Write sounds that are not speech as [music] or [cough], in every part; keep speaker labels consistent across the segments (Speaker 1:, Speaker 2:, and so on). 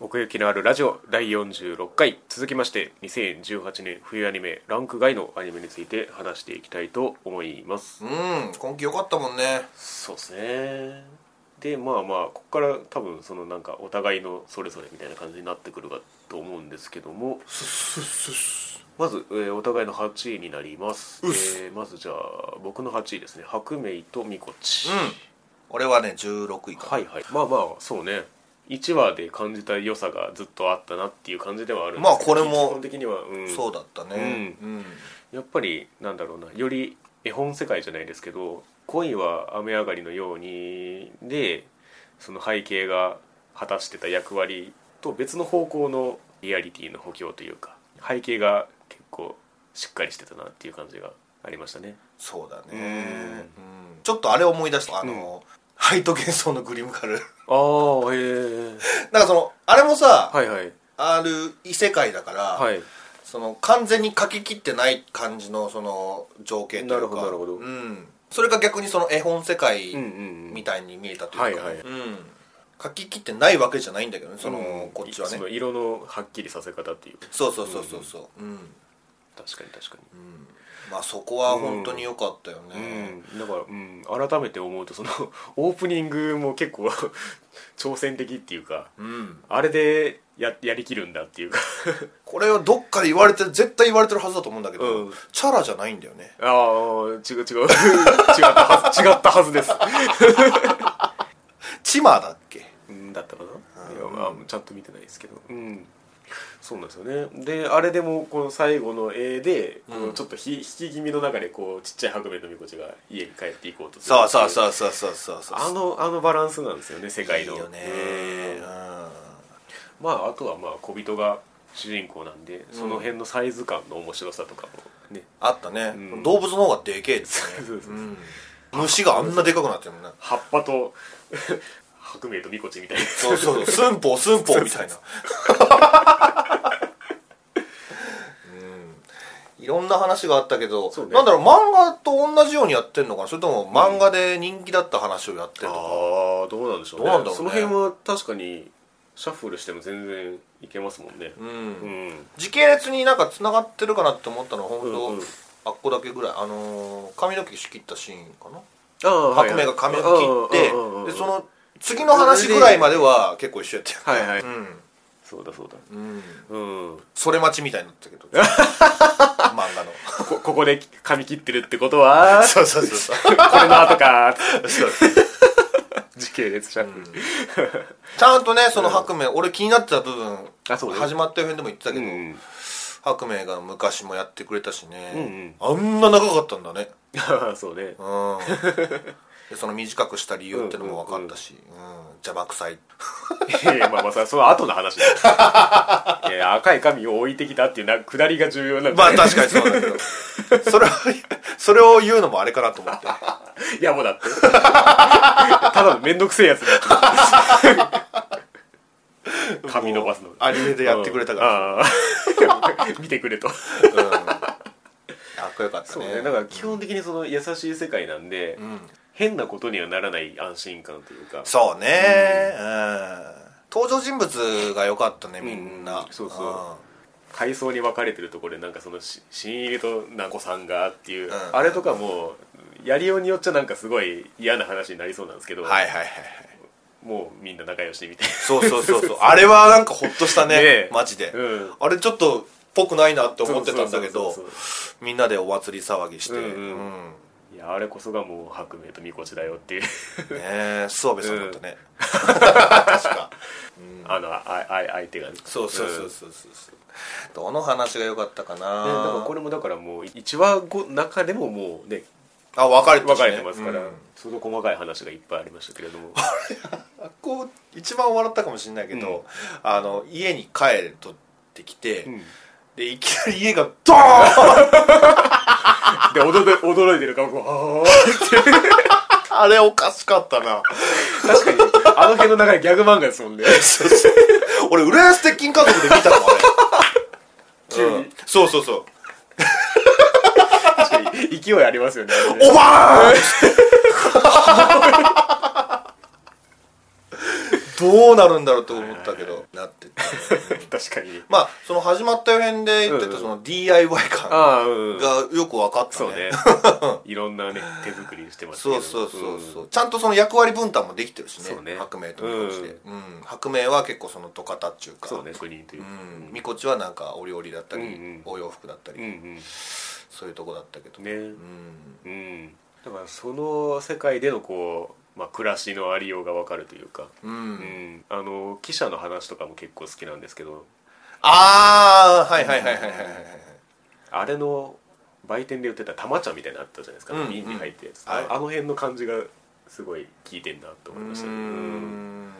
Speaker 1: 奥行きのあるラジオ第46回続きまして2018年冬アニメランク外のアニメについて話していきたいと思います
Speaker 2: うん今季良かったもんね
Speaker 1: そうですねでまあまあここから多分そのなんかお互いのそれぞれみたいな感じになってくるかと思うんですけどもまず、えーお互いの8位になります、
Speaker 2: うっす
Speaker 1: えーまずじゃあ僕の8位ですね白明とみこち、
Speaker 2: うん俺はね16位か、
Speaker 1: はいはいまあまあそうね1話で感じた良さがずっとあったなっていう感じではあるんですけど
Speaker 2: まあこれも
Speaker 1: 基本的には、うん、
Speaker 2: そうだったねうん、
Speaker 1: やっぱりなんだろうなより絵本世界じゃないですけど「恋は雨上がりのように」でその背景が果たしてた役割と別の方向のリアリティの補強というか背景が結構しっかりしてたなっていう感じがありましたね
Speaker 2: そうだね、うんちょっとあれ思い出したあの、ハイト幻想のグリムカル [laughs]
Speaker 1: ああへえ
Speaker 2: なんかそのあれもさ、
Speaker 1: はいはい
Speaker 2: ある異世界だから、
Speaker 1: はい
Speaker 2: その完全に書き切ってない感じのその情景というか
Speaker 1: なるほどなるほど
Speaker 2: うん、それが逆にその絵本世界
Speaker 1: うんうんうん
Speaker 2: みたいに見えたというか、
Speaker 1: はいはい
Speaker 2: うん、書き切ってないわけじゃないんだけどねその、
Speaker 1: うん
Speaker 2: こっちはね
Speaker 1: その色のはっきりさせ方っていう
Speaker 2: そうそうそうそうそううん、
Speaker 1: 確かに確かに
Speaker 2: まあそこは本当に良かったよね、
Speaker 1: うん、だから、うん、改めて思うとその [laughs] オープニングも結構 [laughs] 挑戦的っていうか
Speaker 2: うん
Speaker 1: あれでややりきるんだっていうか
Speaker 2: これはどっかで言われてる絶対言われてるはずだと思うんだけど、
Speaker 1: うん
Speaker 2: チャラじゃないんだよね
Speaker 1: ああ違う違う [laughs] 違ったはず違ったはずです、
Speaker 2: チマだっけ
Speaker 1: うん、だったかないや、まあ、ちゃんと見てないですけどうんそうなんですよねであれでもこの最後の絵で、このちょっとひ引き気味の中でこうちっちゃい白米のみこちが家に帰っていこうとする
Speaker 2: そうそう
Speaker 1: う
Speaker 2: そうそうそうそうそう
Speaker 1: あのあのバランスなんですよね世界の
Speaker 2: いいよね
Speaker 1: うん
Speaker 2: うん
Speaker 1: まああとはまあ小人が主人公なんでその辺のサイズ感の面白さとかもね、
Speaker 2: あったね、
Speaker 1: うん
Speaker 2: 動物の方がでけえですね
Speaker 1: そうそうそう
Speaker 2: うん虫があんなでかくなってるもんね
Speaker 1: 葉っぱと [laughs] 白明とみこちみたいな
Speaker 2: そ
Speaker 1: [laughs]
Speaker 2: うそう寸法寸法みたいなうんいろんな話があったけど、
Speaker 1: そうね
Speaker 2: なんだろう漫画と同じようにやってんのかなそれとも漫画で人気だった話をやってるのか、
Speaker 1: ああどうなんでしょうね
Speaker 2: どうなんだろうね
Speaker 1: その辺は確かにシャッフルしても全然いけますもんね
Speaker 2: うん
Speaker 1: うん
Speaker 2: 時系列になんかつながってるかなって思ったのは本当、
Speaker 1: うんうん
Speaker 2: あっこだけぐらいあのー髪の毛仕切ったシーンかな
Speaker 1: ああ
Speaker 2: 白目が髪を切ってでその次の話ぐらいまでは結構一緒やってる
Speaker 1: はいはい
Speaker 2: うん
Speaker 1: そうだそうだ
Speaker 2: うん
Speaker 1: うん
Speaker 2: それ待ちみたいになって
Speaker 1: [laughs]
Speaker 2: たけど漫画の
Speaker 1: こここで髪切ってるってことは [laughs]
Speaker 2: そうそうそうそう
Speaker 1: これの後か
Speaker 2: そう
Speaker 1: 時系列シャッフル、
Speaker 2: ちゃんとねその白明、俺気になってた部分
Speaker 1: あそうね
Speaker 2: 始まった辺でも言ってたけど、
Speaker 1: うん [laughs]
Speaker 2: 白明が昔もやってくれたしね、あんな長かったんだね
Speaker 1: そうね
Speaker 2: うん [laughs] でその短くした理由ってのも分かったし、うん邪魔くさい
Speaker 1: い
Speaker 2: [laughs]
Speaker 1: やいやまあまあそれはその後の話だよいやいや赤い髪を置いてきたっていうな下りが重要なんで、
Speaker 2: まあ確かにそうだけど [laughs] それをそれを言うのもあれかなと思って
Speaker 1: いやもうだって [laughs] ただの面倒くせえやつ
Speaker 2: [laughs]
Speaker 1: だってる髪伸ばすの
Speaker 2: もうアニメでやってくれたから、
Speaker 1: ら、ああ [laughs] 見てくれと
Speaker 2: うん [laughs] かっこよかった
Speaker 1: そう
Speaker 2: ね
Speaker 1: ねだから基本的にその優しい世界なんで、
Speaker 2: うん
Speaker 1: 変なことにはならない安心感というか
Speaker 2: そうね、うん登場人物が良かったねみんな、
Speaker 1: うんそうそう階層に分かれてるところでなんかそのし新入りとなこさんがっていう、
Speaker 2: ん
Speaker 1: あれとかもやりようによっちゃなんかすごい嫌な話になりそうなんですけど、
Speaker 2: んはいはいはいはい
Speaker 1: もうみんな仲良しみたい
Speaker 2: そうそうそうそうあれはなんかほっとしたね
Speaker 1: ねえ
Speaker 2: マジで、 [laughs]
Speaker 1: うん
Speaker 2: あれちょっとぽくないなって
Speaker 1: な
Speaker 2: 思ってたんだけど
Speaker 1: そうそうそうそ
Speaker 2: みんなでお祭り騒ぎして、
Speaker 1: うんうん
Speaker 2: うんね
Speaker 1: ういやあれこそがもう白明とみこちだよっていう
Speaker 2: え諏訪部さんだったね、確か
Speaker 1: あのああ相手がね
Speaker 2: そうそうそう
Speaker 1: ね
Speaker 2: そうそうそうどの話が良かったか
Speaker 1: だから
Speaker 2: な、
Speaker 1: これもだからもう1話後中でももうね
Speaker 2: あ分かれてた
Speaker 1: 分
Speaker 2: し
Speaker 1: か
Speaker 2: ね
Speaker 1: れてますから、
Speaker 2: うん
Speaker 1: その細かい話がいっぱいありましたけれども
Speaker 2: あこう一番笑ったかもしれないけど、
Speaker 1: うん
Speaker 2: あの家に帰るとってきて、
Speaker 1: うん
Speaker 2: でいきなり家がドーン
Speaker 1: で驚い驚いてる顔が
Speaker 2: あれおかしかったな
Speaker 1: 確かにあの辺の中でギャグ漫画ですもんね
Speaker 2: 俺浦安鉄筋家族で見たのあれ、
Speaker 1: [laughs] 急に
Speaker 2: うん、そうそうそう
Speaker 1: 確かに勢いありますよねあれね
Speaker 2: おばーんど [laughs] どうなるんだろうと思ったけどなってて
Speaker 1: [laughs] 確かに
Speaker 2: まあその始まった予編で言って
Speaker 1: うんう
Speaker 2: た
Speaker 1: ん
Speaker 2: その DIY 感
Speaker 1: ああうん
Speaker 2: がよく分かった
Speaker 1: そう [laughs] ね
Speaker 2: ね
Speaker 1: いろんなね手作りしてます
Speaker 2: そ
Speaker 1: けど
Speaker 2: うそうそうそう、
Speaker 1: ん
Speaker 2: ちゃんとその役割分担もできてるし
Speaker 1: そう
Speaker 2: ね
Speaker 1: ね
Speaker 2: 白明とみこちで、うん白明は結構その土方っちゅうか
Speaker 1: そうね国というう、
Speaker 2: ん、みこちはなんかお料理だったり、
Speaker 1: うんうん
Speaker 2: お洋服だったり、
Speaker 1: うんうん
Speaker 2: そういうとこだったけど、
Speaker 1: ね
Speaker 2: うん
Speaker 1: うんだからその世界でのこう、まあ、暮らしのありようが分かるというか、
Speaker 2: う、
Speaker 1: うんん、あの記者の話とかも結構好きなんですけど
Speaker 2: ああはいはいはいはいはいはい
Speaker 1: あれの売店で売ってた玉茶みたいなのあったじゃないですか、
Speaker 2: うん
Speaker 1: 瓶に入ってるやつ
Speaker 2: はい
Speaker 1: ああの辺の感じがすごい効いてんなと思いました
Speaker 2: う
Speaker 1: ねうん
Speaker 2: ん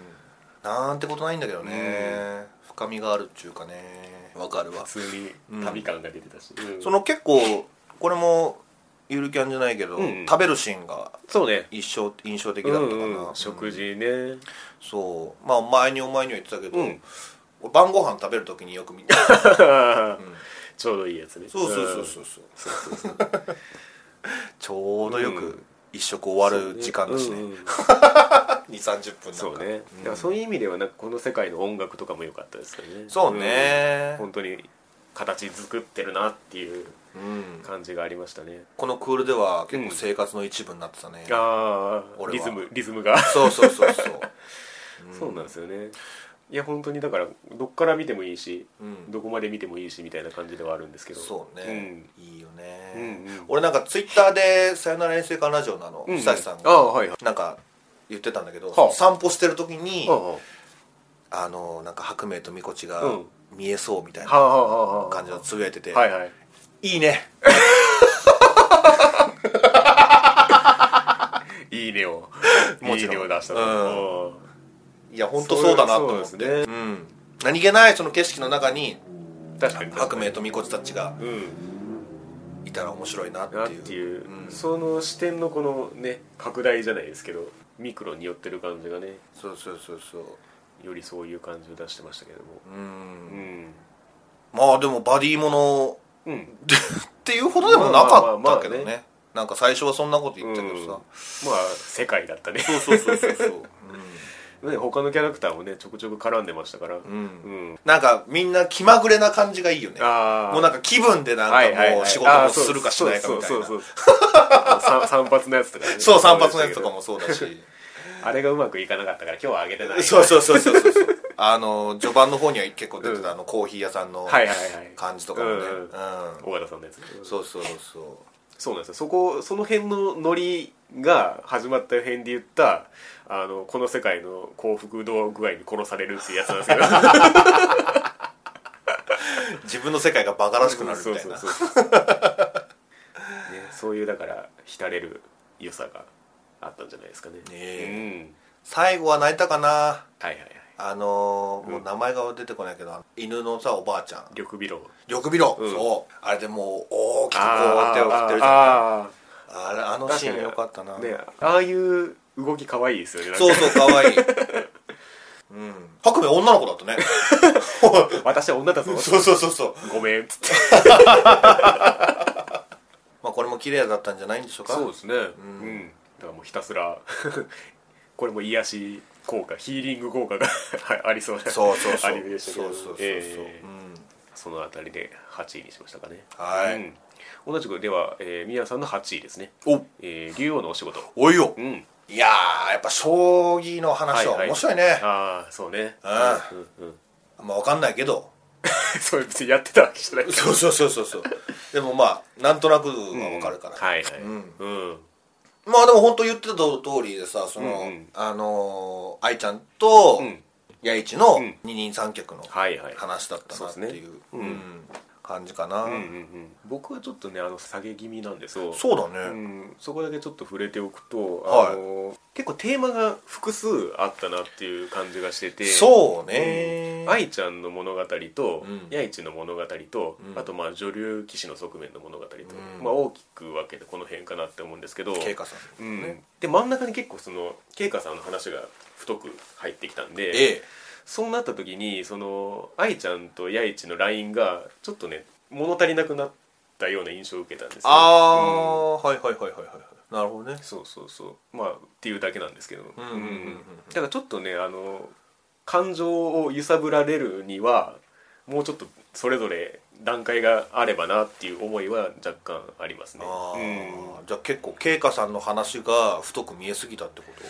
Speaker 2: なんてことないんだけどね深みがあるっちゅうかねわかるわ
Speaker 1: 普通に旅感が出てたし、うん
Speaker 2: その結構これもゆるキャンじゃないけど、
Speaker 1: うん
Speaker 2: 食べるシーンが
Speaker 1: そうね
Speaker 2: 一生印象的だったかな、
Speaker 1: うんうん食事ね
Speaker 2: そうまあ前にお前には言ってたけど、
Speaker 1: うん
Speaker 2: 俺晩ご飯食べる時によく
Speaker 1: [laughs]
Speaker 2: 見て
Speaker 1: ちょうどいいやつね
Speaker 2: そうそうそうそうそうちょうどよ
Speaker 1: うん
Speaker 2: く一食終わる時間だしね、
Speaker 1: うんうんうん
Speaker 2: 2 3 0分なんか
Speaker 1: そうね、だか
Speaker 2: うん
Speaker 1: らそういう意味ではなんかこの世界の音楽とかも良かったですよね
Speaker 2: そうね
Speaker 1: ん本当に形作ってるなっていう
Speaker 2: うん
Speaker 1: 感じがありましたね、
Speaker 2: このクールでは結構生活の一部になってたね、
Speaker 1: ああ
Speaker 2: 俺
Speaker 1: リ
Speaker 2: は
Speaker 1: ズムリズムが、
Speaker 2: そうそうそうそう
Speaker 1: [laughs] そうなんですよねいや本当にだからどっから見てもいいし、
Speaker 2: うん
Speaker 1: どこまで見てもいいしみたいな感じではあるんですけど
Speaker 2: そうね、いいよね、
Speaker 1: うんうん
Speaker 2: 俺なんかツイッターで「さよなら遠征艦ラジオ」のあの
Speaker 1: うん、
Speaker 2: 久志さん
Speaker 1: ああ
Speaker 2: が
Speaker 1: はいはい
Speaker 2: なんか言ってたんだけど、
Speaker 1: はあ
Speaker 2: 散歩してる時に、
Speaker 1: ああは
Speaker 2: あのなんか白明とみこちが
Speaker 1: うん
Speaker 2: 見えそうみたい
Speaker 1: あ
Speaker 2: な
Speaker 1: はあはあ
Speaker 2: 感じをつぶやいてて、
Speaker 1: はいはい
Speaker 2: いいね
Speaker 1: いいねを
Speaker 2: [laughs] も
Speaker 1: い
Speaker 2: ち
Speaker 1: い
Speaker 2: ろん
Speaker 1: ねを出した
Speaker 2: う
Speaker 1: うん
Speaker 2: いや本当そうだなと思って
Speaker 1: そううです
Speaker 2: ん、何気ないその景色の中に
Speaker 1: 確かに
Speaker 2: 白明とみこちたちが
Speaker 1: うん
Speaker 2: いたら面白いなって
Speaker 1: なっ
Speaker 2: いう
Speaker 1: ていう、
Speaker 2: ん
Speaker 1: その視点のこのね拡大じゃないですけどミクロに寄ってる感じがね
Speaker 2: そうそうそうそう
Speaker 1: よりそういう感じを出してましたけども
Speaker 2: うん
Speaker 1: うん
Speaker 2: まあでもバディもの
Speaker 1: うん
Speaker 2: でっていうほどでもなかったけどね,、
Speaker 1: まあまあまあ
Speaker 2: なんか最初はそんなこと言ってたけ
Speaker 1: うんま
Speaker 2: どさ
Speaker 1: あ、世界だったね [laughs]
Speaker 2: そうそうそうそうそう、
Speaker 1: ね他のキャラクターもねちょくちょく絡んでましたからう、
Speaker 2: うんんなんかみんな気まぐれな感じがいいよね
Speaker 1: ああ
Speaker 2: もうなんか気分でなんかもう仕事をするかしないかみたいな
Speaker 1: そうそうそうそうさ散髪のやつとかね
Speaker 2: そう散髪のやつとかもそうだし
Speaker 1: あれがうまくいかなかったから今日はあげてない
Speaker 2: そうそうそうそうそうそうあの序盤の方には結構出てたあのコーヒー屋さんの
Speaker 1: はいはいはい
Speaker 2: 感じとかもね
Speaker 1: うん
Speaker 2: うん
Speaker 1: 尾形さんのやつ
Speaker 2: そうそうそう
Speaker 1: そうなんですよそこその辺のノリが始まった辺で言ったあのこの世界の幸福度具合に殺されるっていうやつなんですけど
Speaker 2: 自分の世界がバカらしくなるみたいな
Speaker 1: そうそうそう、ね、そういうだから浸れる良さがあったんじゃないですかね
Speaker 2: え
Speaker 1: うん
Speaker 2: 最後は泣いたかな
Speaker 1: はいはいはい
Speaker 2: あのーもう名前が出てこないけどあの犬のさおばあちゃん
Speaker 1: 緑美郎
Speaker 2: 緑美郎、
Speaker 1: うん
Speaker 2: そうあれでもう大きくこう手を振ってるじゃんあ
Speaker 1: あ
Speaker 2: れあ
Speaker 1: ー
Speaker 2: のシーンよかったな、
Speaker 1: ねああいう動き可愛いですよねなんか
Speaker 2: そうそうか
Speaker 1: [laughs]
Speaker 2: わいいうん白明女の子だったね
Speaker 1: 私は女だぞ
Speaker 2: そうそうそうそう
Speaker 1: ごめんっつって
Speaker 2: まあこれも綺麗だったんじゃないんでしょうか
Speaker 1: そうですねうんん、だからもうひたすら [laughs] これも癒し効果ヒーリング効果が [laughs] はいありそうな
Speaker 2: そうそうそう
Speaker 1: アニメでしたけど
Speaker 2: そうそうそうそう、
Speaker 1: ええ
Speaker 2: うん
Speaker 1: そのあたりで8位にしましたかね
Speaker 2: はい
Speaker 1: うん同じくでは、えー、宮さんの8位ですね、
Speaker 2: お
Speaker 1: えー、竜王のお仕事
Speaker 2: おいよ
Speaker 1: うん
Speaker 2: いやーやっぱ将棋の話は面白いね、
Speaker 1: ああそうね
Speaker 2: あ
Speaker 1: うんうんうん、
Speaker 2: まあわかんないけど
Speaker 1: それ別にやってたわけじゃない
Speaker 2: そうそうそうそうそうでもまあなんとなくはわかるから、
Speaker 1: はいはい
Speaker 2: うん
Speaker 1: うん
Speaker 2: まあでも本当言ってた通りでさその、
Speaker 1: うんうん
Speaker 2: あのー愛ちゃんと
Speaker 1: うん
Speaker 2: 弥一の
Speaker 1: ん
Speaker 2: 二人三脚の
Speaker 1: はいはい
Speaker 2: 話だったなっ
Speaker 1: そ
Speaker 2: て
Speaker 1: うで
Speaker 2: い
Speaker 1: す
Speaker 2: う
Speaker 1: ねうん
Speaker 2: うん感じかな、
Speaker 1: うんうんうん、僕はちょっとねあの下げ気味なんですよ
Speaker 2: そうだね、
Speaker 1: うん、そこだけちょっと触れておくと、
Speaker 2: はい
Speaker 1: あの結構テーマが複数あったなっていう感じがしてて
Speaker 2: そう
Speaker 1: う
Speaker 2: ね
Speaker 1: ん、愛ちゃんの物語と
Speaker 2: うん
Speaker 1: 弥一、の物語と、
Speaker 2: うん
Speaker 1: あとまあ女流棋士の側面の物語と、
Speaker 2: うん
Speaker 1: まあ、大きく分けてこの辺かなって思うんですけど
Speaker 2: 慶香さん、
Speaker 1: うん
Speaker 2: ね
Speaker 1: で真ん中に結構その慶香さんの話が太く入ってきたんで、
Speaker 2: ええ
Speaker 1: そうなった時にその愛ちゃんと弥一のラインがちょっとね物足りなくなったような印象を受けたんですよ
Speaker 2: あ
Speaker 1: うん
Speaker 2: あ、はいはいはいはいはいなるほどね
Speaker 1: そうそうそうまあっていうだけなんですけど、
Speaker 2: うんうんうんうん
Speaker 1: だからちょっとねあの感情を揺さぶられるにはもうちょっとそれぞれ段階があればなっていう思いは若干ありますね。
Speaker 2: あ
Speaker 1: うん
Speaker 2: あ、じゃあ結構慶香さんの話が太く見えすぎたってこと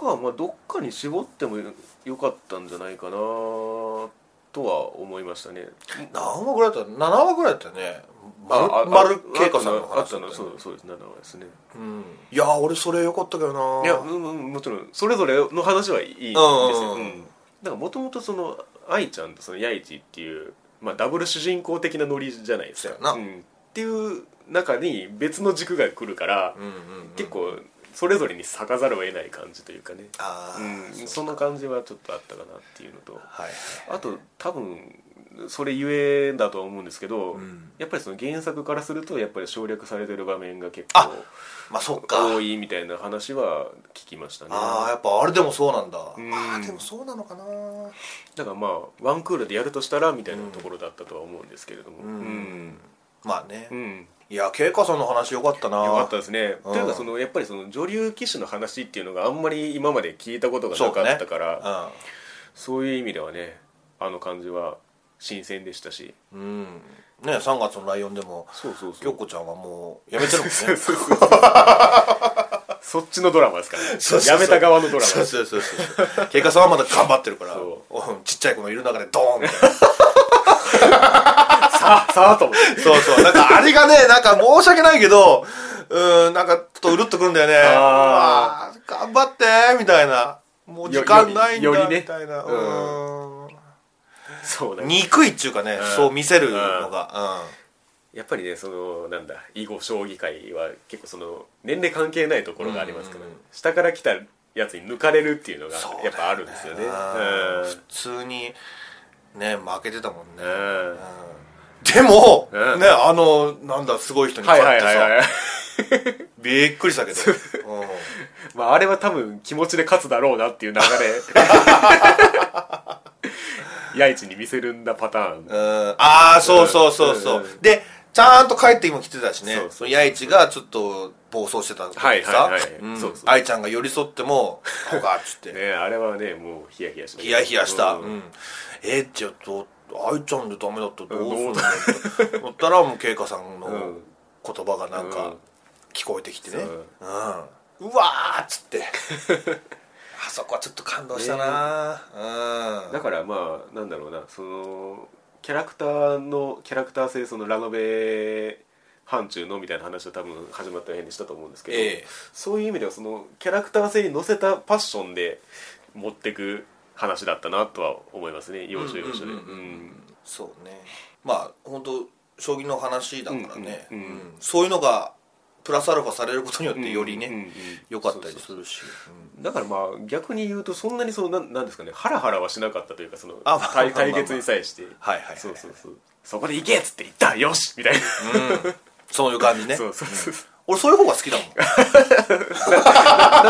Speaker 1: かまあどっかに絞ってもよかったんじゃないかなとは思いましたね。
Speaker 2: 何話ぐらいだった7話ぐらいだったよね
Speaker 1: ああ
Speaker 2: 丸丸慶香さんの
Speaker 1: あっ
Speaker 2: 話
Speaker 1: た
Speaker 2: だった
Speaker 1: の
Speaker 2: よね
Speaker 1: そうそうです7話ですね。
Speaker 2: うんいやー俺それよかったけどない
Speaker 1: やうんうんもちろんそれぞれの話はいいんですよ、
Speaker 2: うんうんうん
Speaker 1: うんだからもともとその愛ちゃんとその八一っていう、まあ、ダブル主人公的なノリじゃないですか
Speaker 2: そうや
Speaker 1: う
Speaker 2: な
Speaker 1: んっていう中に別の軸が来るから、
Speaker 2: うんうんうん
Speaker 1: 結構それぞれに咲かざるを得ない感じというかね、
Speaker 2: ああ、
Speaker 1: うん、その感じはちょっとあったかなっていうのと
Speaker 2: はい
Speaker 1: あと多分それゆえだとは思うんですけど、
Speaker 2: うん
Speaker 1: やっぱりその原作からするとやっぱり省略されてる場面が結
Speaker 2: あ
Speaker 1: 構
Speaker 2: まあそっか
Speaker 1: 多いみたいな話は聞きましたね
Speaker 2: ああやっぱあれでもそうなんだ、
Speaker 1: ん
Speaker 2: ああでもそうなのかなう
Speaker 1: だからまあワンクールでやるとしたらみたいなところだったとは思うんですけれども
Speaker 2: んまあね、
Speaker 1: うん、うん
Speaker 2: いや慶香さんの話よかったな
Speaker 1: よかったですね
Speaker 2: うん
Speaker 1: というかそのやっぱりその女流棋士の話っていうのがあんまり今まで聞いたことがなかったからそう,、いう意味ではねあの感じは新鮮でしたし
Speaker 2: うん、うん、ね3月の「ライオン」でも
Speaker 1: そうそうそ
Speaker 2: 京子ちゃんはもうやめてる
Speaker 1: [laughs]
Speaker 2: もんねそうそう [laughs]
Speaker 1: そっちのドラマですからね
Speaker 2: そうそう
Speaker 1: やめた側のドラマ
Speaker 2: そうそうそう慶香さんはまだ頑張ってるから
Speaker 1: そ
Speaker 2: うんちっちゃい子のいる中でドーンみたいな
Speaker 1: さあさあと思って
Speaker 2: そうそうなんかあれがねなんか申し訳ないけどうんなんかちょっとうるっとくるんだよね
Speaker 1: あ
Speaker 2: うわー頑張ってみたいなもう時間ないんだ
Speaker 1: よよりね
Speaker 2: みたいな
Speaker 1: う
Speaker 2: うん
Speaker 1: そうだね
Speaker 2: 憎いっていうかね、
Speaker 1: うん
Speaker 2: そう見せるのが、
Speaker 1: やっぱりねそのなんだ囲碁将棋界は結構その年齢関係ないところがありますから、
Speaker 2: うんうんうん
Speaker 1: 下から来たやつに抜かれるっていうのが
Speaker 2: そうだよね
Speaker 1: やっぱあるんですよね。
Speaker 2: うん普通にね負けてたもんね、
Speaker 1: うんうん
Speaker 2: でも、
Speaker 1: うん
Speaker 2: ねあのなんだすごい人に
Speaker 1: はい
Speaker 2: 勝
Speaker 1: は
Speaker 2: っ
Speaker 1: い
Speaker 2: て
Speaker 1: は
Speaker 2: さ、
Speaker 1: いはい。
Speaker 2: びっくりしたけ
Speaker 1: [laughs]
Speaker 2: ど、うん
Speaker 1: まああれは多分気持ちで勝つだろうな [laughs]
Speaker 2: [laughs]
Speaker 1: っていう流れ。八一に見せるんだパターン。
Speaker 2: うんああそうそうそうそう、
Speaker 1: うん
Speaker 2: でちゃんと帰って今来てたしね
Speaker 1: そうそう
Speaker 2: その八一がちょっと暴走してた時にさ、
Speaker 1: はいはいはい
Speaker 2: うん
Speaker 1: そうそう
Speaker 2: 愛ちゃんが寄り添っ
Speaker 1: [laughs]
Speaker 2: ても「ほか」っつって、
Speaker 1: ねあれはねもうヒヤヒヤした。
Speaker 2: ヒヤヒヤした、
Speaker 1: うん
Speaker 2: うんえー、ちょっと愛ちゃんでダメだったらどうすんだって思ったらもう慶香さんの
Speaker 1: ん
Speaker 2: 言葉がなん
Speaker 1: う
Speaker 2: か
Speaker 1: ん
Speaker 2: 聞こえてきてね、
Speaker 1: そう
Speaker 2: うんうわーっつって
Speaker 1: [laughs]
Speaker 2: あそこはちょっと感動したな、うん
Speaker 1: だからまあなんだろうなそのキャラクターのキャラクター性そのラノベ範疇のみたいな話は多分始まった辺にしたと思うんですけど、
Speaker 2: ええ
Speaker 1: そういう意味ではそのキャラクター性に乗せたパッションで持ってく話だったなとは思いますね要所要所で
Speaker 2: うんうんうんう
Speaker 1: う
Speaker 2: ん
Speaker 1: ん
Speaker 2: そうねまあ本当将棋の話だからね、
Speaker 1: うんうんうん
Speaker 2: うんそういうのがプラスアルファされることによってよりね、
Speaker 1: うんうんうん
Speaker 2: 良かったりするしうん
Speaker 1: だからまあ逆に言うとそんなにそのなんなんですかねハラハラはしなかったというかその
Speaker 2: あまあ
Speaker 1: 対
Speaker 2: まあまあ
Speaker 1: 対決に際して
Speaker 2: はいはいはい
Speaker 1: そうそうそうそこで行けっつって行ったよしみたいな、
Speaker 2: そういう感じね
Speaker 1: [laughs] そうそうそうそう
Speaker 2: 俺そういう方が好きだも
Speaker 1: [laughs]
Speaker 2: ん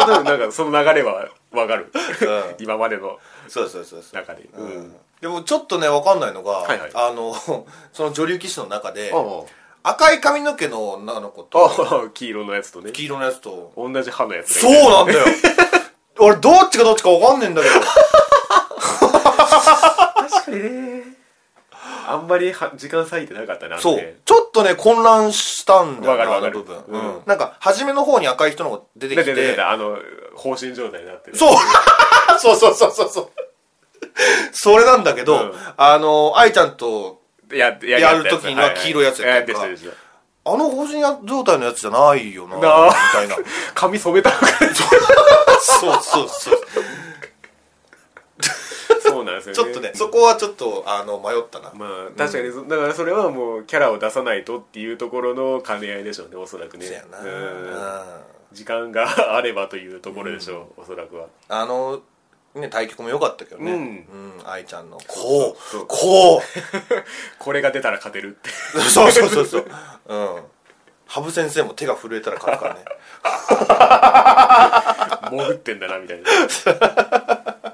Speaker 1: なんとなくなんかその流れはわかる、
Speaker 2: う
Speaker 1: 今までの
Speaker 2: そうそうそうそう
Speaker 1: 中で、
Speaker 2: う
Speaker 1: うん
Speaker 2: んでもちょっとね分かんないのが、
Speaker 1: はいはい
Speaker 2: あの [laughs] その女流棋士の中で
Speaker 1: あ
Speaker 2: 赤い髪の毛の女の子
Speaker 1: あ
Speaker 2: と
Speaker 1: 黄色のやつとね
Speaker 2: 黄色のやつと
Speaker 1: 同じ歯のやつ
Speaker 2: そう
Speaker 1: う
Speaker 2: なんだ
Speaker 1: [laughs]
Speaker 2: よ俺どっちがどっちか分かんねえんだけど
Speaker 1: 確かにねあんまりは時間割いてなかったな
Speaker 2: そ
Speaker 1: って
Speaker 2: うちょっとね混乱したんだよな
Speaker 1: わか
Speaker 2: あの
Speaker 1: る
Speaker 2: 部
Speaker 1: わか
Speaker 2: 分
Speaker 1: る、
Speaker 2: うん
Speaker 1: うん
Speaker 2: なんか初めの方に赤い人のが出て
Speaker 1: 出
Speaker 2: き
Speaker 1: て
Speaker 2: て
Speaker 1: 出てあの放心状態になってる
Speaker 2: そう [laughs] そうそうそうそうそうそれなんだけど、
Speaker 1: うん
Speaker 2: あの愛ちゃんと
Speaker 1: やや
Speaker 2: やる時には黄色いやつや
Speaker 1: やっ
Speaker 2: っ
Speaker 1: たて
Speaker 2: りとか
Speaker 1: たでした
Speaker 2: あの法人状態のやつじゃないよなみ
Speaker 1: なあ
Speaker 2: たいな
Speaker 1: 髪染めたのか
Speaker 2: そうそ
Speaker 1: [laughs]
Speaker 2: うそう
Speaker 1: そうなんですよね
Speaker 2: ちょっとねそこはちょっとあの迷ったな、
Speaker 1: まあ確かにそ、だからそれはもうキャラを出さないとっていうところの兼ね合いでしょうねおそらくね
Speaker 2: そうやな、
Speaker 1: うん
Speaker 2: うん
Speaker 1: 時間があればというところでしょう、おそらくは
Speaker 2: あのね対局も良かったけどね
Speaker 1: う
Speaker 2: うんん、愛ちゃんのこう
Speaker 1: そうそう
Speaker 2: こう
Speaker 1: [laughs] これが出たら勝てる
Speaker 2: [laughs]
Speaker 1: って
Speaker 2: そうそうそうそう。うん。羽生先生も手が震えたら勝つ
Speaker 1: [laughs]
Speaker 2: からね。
Speaker 1: 潜ってんだなみたいな